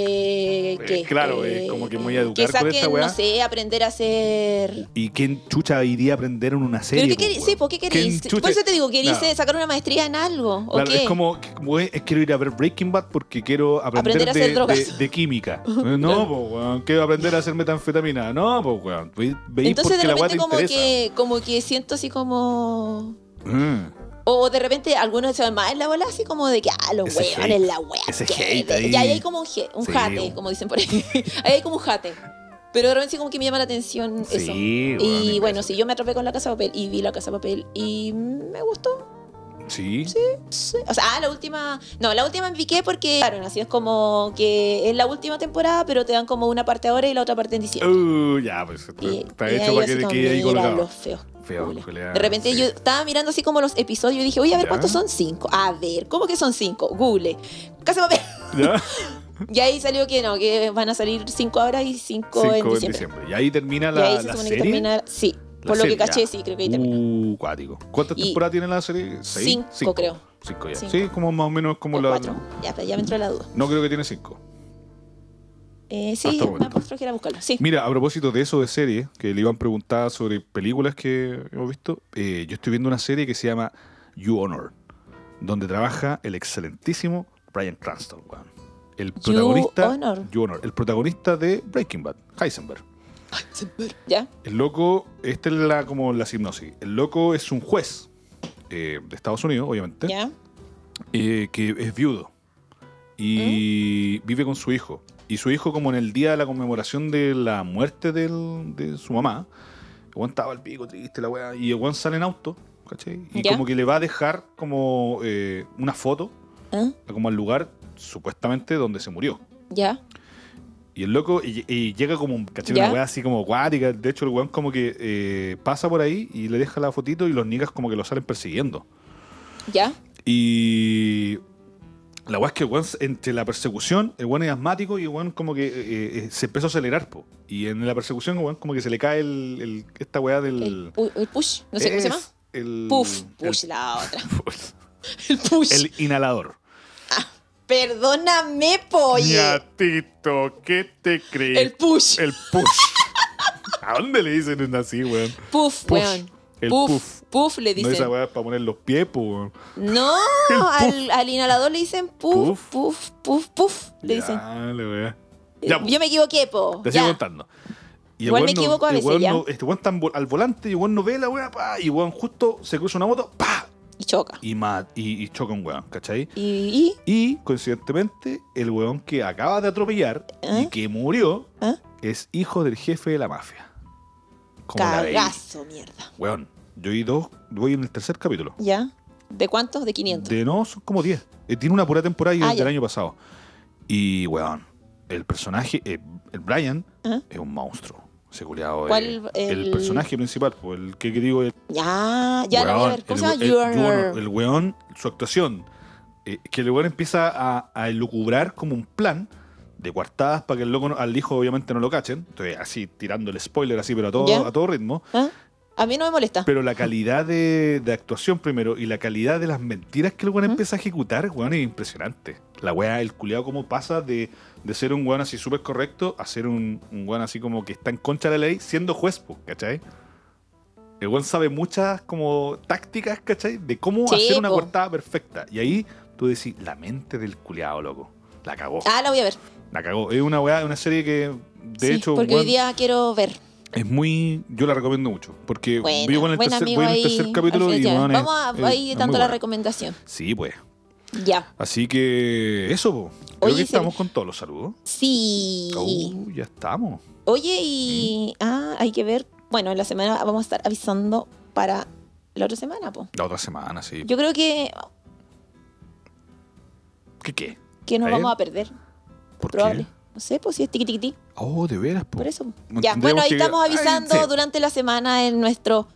Speaker 2: Eh,
Speaker 1: Eh,
Speaker 2: que,
Speaker 1: claro,
Speaker 2: eh,
Speaker 1: es como que me voy a educar con
Speaker 2: que saquen,
Speaker 1: esta weá.
Speaker 2: no sé, aprender a hacer...
Speaker 1: ¿Y quién chucha iría a aprender en una serie?
Speaker 2: ¿Pero qué
Speaker 1: po,
Speaker 2: queréis?
Speaker 1: weón?
Speaker 2: Sí, ¿por qué
Speaker 1: ¿Quién
Speaker 2: queréis?
Speaker 1: chucha-
Speaker 2: Por eso te digo, ¿queréis
Speaker 1: Nah.
Speaker 2: eh, sacar una maestría en algo? ¿O
Speaker 1: Claro,
Speaker 2: qué?
Speaker 1: es como, que, güey, es- quiero ir a ver Breaking Bad porque quiero aprender,
Speaker 2: Aprender a hacer
Speaker 1: de,
Speaker 2: drogas.
Speaker 1: de- de química. No, pues, weón, quiero aprender a hacer metanfetamina. No, pues, weón, ve- veis
Speaker 2: Entonces
Speaker 1: porque
Speaker 2: de
Speaker 1: la weá
Speaker 2: repente
Speaker 1: te
Speaker 2: como
Speaker 1: interesa.
Speaker 2: que, como que siento así como...
Speaker 1: Mm.
Speaker 2: O de repente algunos se van más en la bola así como de que, ah, los
Speaker 1: Ese hate.
Speaker 2: huevones, la wea.
Speaker 1: Ese
Speaker 2: que-
Speaker 1: hate
Speaker 2: de-
Speaker 1: ahí.
Speaker 2: Y ahí hay como un, je- un
Speaker 1: Sí,
Speaker 2: jate,
Speaker 1: un-
Speaker 2: como dicen por ahí. ahí hay como un jate. Pero de repente sí como que me llama la atención eso.
Speaker 1: Sí, weón,
Speaker 2: Y
Speaker 1: imbécil.
Speaker 2: bueno, sí, yo me atropé con la casa de papel y vi la casa de papel y me gustó.
Speaker 1: Sí.
Speaker 2: sí. O sea, ah, la última. No, la última me piqué porque, claro, así es como que es la última temporada, pero te dan como una parte ahora y la otra parte en diciembre.
Speaker 1: Uh, ya, pues, está,
Speaker 2: Y-
Speaker 1: está
Speaker 2: y
Speaker 1: hecho
Speaker 2: ahí
Speaker 1: para
Speaker 2: así
Speaker 1: que te
Speaker 2: como,
Speaker 1: quede ahí
Speaker 2: mira,
Speaker 1: colgado.
Speaker 2: los feos.
Speaker 1: Feo,
Speaker 2: culiao.
Speaker 1: culiao,
Speaker 2: de repente
Speaker 1: sí.
Speaker 2: yo estaba mirando así como los episodios y dije, voy a ver
Speaker 1: ¿Ya?
Speaker 2: cuántos son cinco. A ver, ¿cómo que son cinco? Google. Casa de papel.
Speaker 1: ¿Ya?
Speaker 2: Y ahí salió que no, que van a salir cinco ahora y cinco,
Speaker 1: Cinco
Speaker 2: en diciembre.
Speaker 1: Y ahí termina
Speaker 2: y ahí
Speaker 1: la,
Speaker 2: se
Speaker 1: la
Speaker 2: supone
Speaker 1: serie.
Speaker 2: que termina. Sí,
Speaker 1: La
Speaker 2: por lo
Speaker 1: serie,
Speaker 2: que caché,
Speaker 1: ya.
Speaker 2: sí, creo que ahí termina.
Speaker 1: Uh, cuático. ¿Cuántas
Speaker 2: Y-
Speaker 1: temporadas tiene la serie? ¿Seis?
Speaker 2: Cinco, creo.
Speaker 1: Cinco ya.
Speaker 2: Cinco.
Speaker 1: Sí, como más o menos como
Speaker 2: O
Speaker 1: la.
Speaker 2: cuatro. Ya, pero ya me entró la duda.
Speaker 1: No creo que tiene cinco.
Speaker 2: Eh, sí,
Speaker 1: Hasta el
Speaker 2: una
Speaker 1: momento.
Speaker 2: a buscarlo. Sí.
Speaker 1: Mira, a propósito de eso de series, que le iban preguntar sobre películas que hemos visto, eh, yo estoy viendo una serie que se llama You Honor, donde trabaja el excelentísimo Brian Cranston, weón. El protagonista.
Speaker 2: Honor.
Speaker 1: You Honor, El protagonista de Breaking Bad, Heisenberg.
Speaker 2: ¿Ya?
Speaker 1: El loco, esta es la, como la hipnosis. El loco es un juez eh, de Estados Unidos, obviamente,
Speaker 2: ¿Ya?
Speaker 1: eh, que es viudo y
Speaker 2: ¿Mm?
Speaker 1: vive con su hijo. Y su hijo, como en el día de la conmemoración de la muerte del- de su mamá, aguantaba el pico triste, la weá, y el weón sale en auto, ¿cachai? Y
Speaker 2: Ya.
Speaker 1: como que le va a dejar como eh, una foto,
Speaker 2: ¿Ah?
Speaker 1: como al lugar supuestamente donde se murió.
Speaker 2: ¿Ya?
Speaker 1: Y el loco y, y llega como un caché
Speaker 2: ¿Ya?
Speaker 1: una weá así como acuática. De hecho, el weón como que eh, pasa por ahí y le deja la fotito y los niggas como que lo salen persiguiendo.
Speaker 2: ¿Ya?
Speaker 1: Y la weá es que el weón, entre la persecución, el weón es asmático y el weón como que eh, eh, se empezó a acelerar. Po. Y en la persecución, el weón como que se le cae el, el- esta weá
Speaker 2: El,
Speaker 1: del.
Speaker 2: pu- el push, no sé cómo se llama.
Speaker 1: Es El,
Speaker 2: Puff,
Speaker 1: el-
Speaker 2: push, la otra. El push.
Speaker 1: el inhalador.
Speaker 2: Perdóname, polla.
Speaker 1: Ñatito, ¿qué te crees?
Speaker 2: El push.
Speaker 1: El push. ¿A dónde le dicen así, weón?
Speaker 2: puff,
Speaker 1: push.
Speaker 2: weón.
Speaker 1: El
Speaker 2: puff,
Speaker 1: puff.
Speaker 2: puff, le
Speaker 1: No esa
Speaker 2: dicen.
Speaker 1: weá es para poner los pies, po. weón.
Speaker 2: No, al, al inhalador le dicen puff, puff, puff, puff, le dicen. Eh,
Speaker 1: Ya, la weá. Ya, po,
Speaker 2: Yo me equivoqué, po.
Speaker 1: te
Speaker 2: ya.
Speaker 1: sigo contando. Y el
Speaker 2: Igual
Speaker 1: weón
Speaker 2: me equivoco a
Speaker 1: el
Speaker 2: veces,
Speaker 1: weón
Speaker 2: ya.
Speaker 1: no- este weón está en vol- al volante y el weón no ve la weá, pa, y el weón justo se cruza una moto, pa,
Speaker 2: Y choca.
Speaker 1: y, ma- y, y choca un weón, ¿cachai?
Speaker 2: Y, y-
Speaker 1: Y, coincidentemente, el weón que acaba de atropellar y
Speaker 2: ¿Eh?
Speaker 1: que murió
Speaker 2: ¿Ah?
Speaker 1: es hijo del jefe de la mafia. Como la veis?
Speaker 2: cagazo, mierda.
Speaker 1: Weón, yo he ido, voy en el tercer capítulo.
Speaker 2: ¿Ya? ¿De cuántos? De 500.
Speaker 1: De no, son como 10. Eh, tiene una pura temporada y
Speaker 2: Ah,
Speaker 1: es del
Speaker 2: ya.
Speaker 1: año pasado. Y, weón, el personaje, eh, el Brian,
Speaker 2: Ajá.
Speaker 1: es un monstruo. Ese culiao, eh,
Speaker 2: ¿Cuál,
Speaker 1: el...
Speaker 2: el-
Speaker 1: personaje principal, po, el que, que digo, el
Speaker 2: Ya, ya la voy a
Speaker 1: weón,
Speaker 2: ver. ¿Cómo
Speaker 1: el,
Speaker 2: se llama?
Speaker 1: el-
Speaker 2: You are-
Speaker 1: weón, el weón, su actuación, eh, que el weón empieza a, a elucubrar como un plan de cuartadas para que el loco no- al hijo obviamente no lo cachen. Entonces, así tirando el spoiler así, pero a todo,
Speaker 2: Ya.
Speaker 1: a todo ritmo.
Speaker 2: ¿Ah? A mí no me molesta.
Speaker 1: Pero la calidad de, de actuación primero y la calidad de las mentiras que el weón
Speaker 2: ¿Mm?
Speaker 1: empieza a ejecutar, weón, es impresionante. La weá, el culiado cómo pasa de, de ser un weón así súper correcto a ser un, un weón así como que está en contra de la ley siendo juez, po, ¿cachai? El weón sabe muchas como tácticas, ¿cachai? De cómo
Speaker 2: Sí,
Speaker 1: hacer una
Speaker 2: po.
Speaker 1: cortada perfecta. Y ahí tú decís, la mente del culiado, loco. La cagó.
Speaker 2: Ah, la voy a ver.
Speaker 1: La cagó. Es una weá, una serie que, de
Speaker 2: Sí,
Speaker 1: hecho,
Speaker 2: porque hoy
Speaker 1: weón,
Speaker 2: día quiero ver.
Speaker 1: es muy. Yo la recomiendo mucho. Porque
Speaker 2: Buena,
Speaker 1: vivo en el
Speaker 2: buen
Speaker 1: tercer,
Speaker 2: amigo
Speaker 1: voy en el
Speaker 2: ahí,
Speaker 1: tercer capítulo y.
Speaker 2: Alfredo Esteban.
Speaker 1: weón, es-
Speaker 2: Vamos a,
Speaker 1: es-
Speaker 2: ahí
Speaker 1: es
Speaker 2: dando
Speaker 1: muy
Speaker 2: la
Speaker 1: buena.
Speaker 2: recomendación.
Speaker 1: Sí, pues.
Speaker 2: Ya.
Speaker 1: Así que eso, po. Creo
Speaker 2: Oye,
Speaker 1: que
Speaker 2: se-
Speaker 1: estamos con todos los saludos.
Speaker 2: Sí.
Speaker 1: Uh, ya estamos.
Speaker 2: Oye, y ah, hay que ver. Bueno, en la semana vamos a estar avisando para la otra semana, po.
Speaker 1: La otra semana, sí.
Speaker 2: Yo creo que,
Speaker 1: ¿Qué qué?
Speaker 2: que nos
Speaker 1: ¿Eh?
Speaker 2: vamos a perder,
Speaker 1: ¿Por
Speaker 2: probable.
Speaker 1: qué?
Speaker 2: No sé, pues si es tiqui tiqui tiqui,
Speaker 1: Oh, de veras, po.
Speaker 2: por eso.
Speaker 1: No
Speaker 2: Ya,
Speaker 1: entendemos
Speaker 2: bueno, ahí
Speaker 1: que-
Speaker 2: estamos
Speaker 1: Ay,
Speaker 2: avisando
Speaker 1: sí.
Speaker 2: durante la semana en nuestro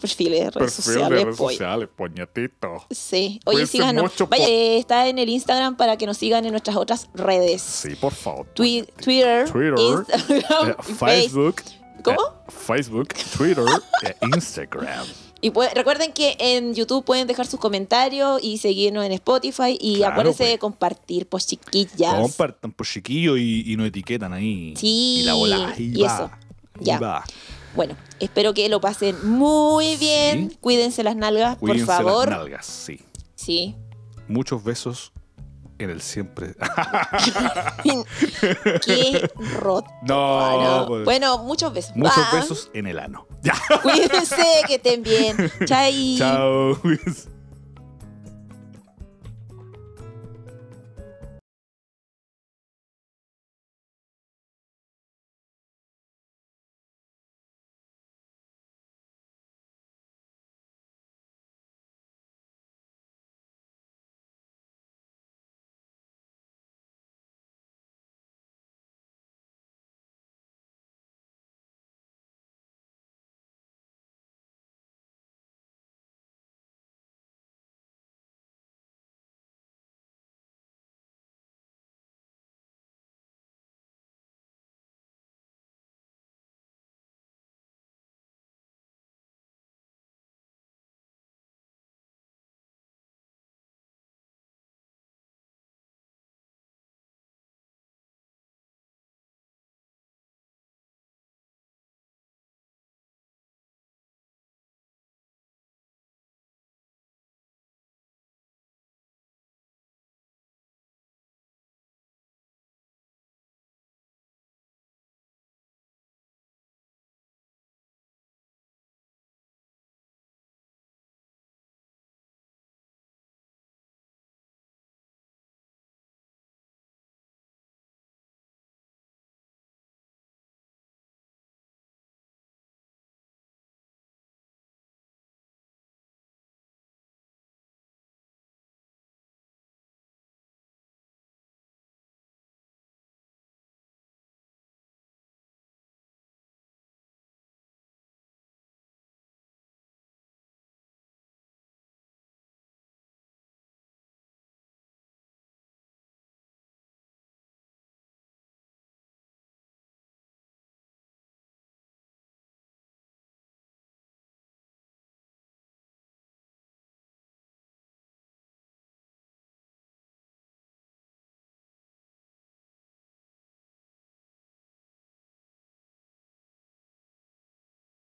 Speaker 2: perfil de redes sociales. pues.
Speaker 1: sociales, poñatito.
Speaker 2: Sí, oye,
Speaker 1: Cuídense
Speaker 2: síganos.
Speaker 1: mucho,
Speaker 2: Vaya,
Speaker 1: po.
Speaker 2: eh, está en el Instagram para que nos sigan en nuestras otras redes.
Speaker 1: por favor.
Speaker 2: Twi- Twitter,
Speaker 1: Twitter,
Speaker 2: Instagram,
Speaker 1: Eh,
Speaker 2: y Facebook. ¿Cómo?
Speaker 1: eh, Facebook, Twitter, eh, e Instagram.
Speaker 2: Y puede- recuerden que en YouTube pueden dejar sus comentarios y seguirnos en Spotify. Y
Speaker 1: Claro,
Speaker 2: acuérdense
Speaker 1: pues.
Speaker 2: de compartir, pues chiquillas.
Speaker 1: Compartan por chiquillo y, y nos etiquetan ahí.
Speaker 2: Sí,
Speaker 1: Y la bola. Ahí
Speaker 2: y
Speaker 1: va.
Speaker 2: eso.
Speaker 1: Ahí
Speaker 2: Ya.
Speaker 1: va.
Speaker 2: Bueno, espero que lo pasen muy bien.
Speaker 1: Sí.
Speaker 2: Cuídense las nalgas,
Speaker 1: Cuídense
Speaker 2: por favor.
Speaker 1: las nalgas, sí.
Speaker 2: Sí.
Speaker 1: Muchos besos en el siempre.
Speaker 2: Qué roto.
Speaker 1: no, pues,
Speaker 2: Bueno, muchos besos.
Speaker 1: muchos
Speaker 2: Ah, Pues
Speaker 1: besos en el ano. Ya.
Speaker 2: Cuídense, que estén bien. Chai.
Speaker 1: Chao.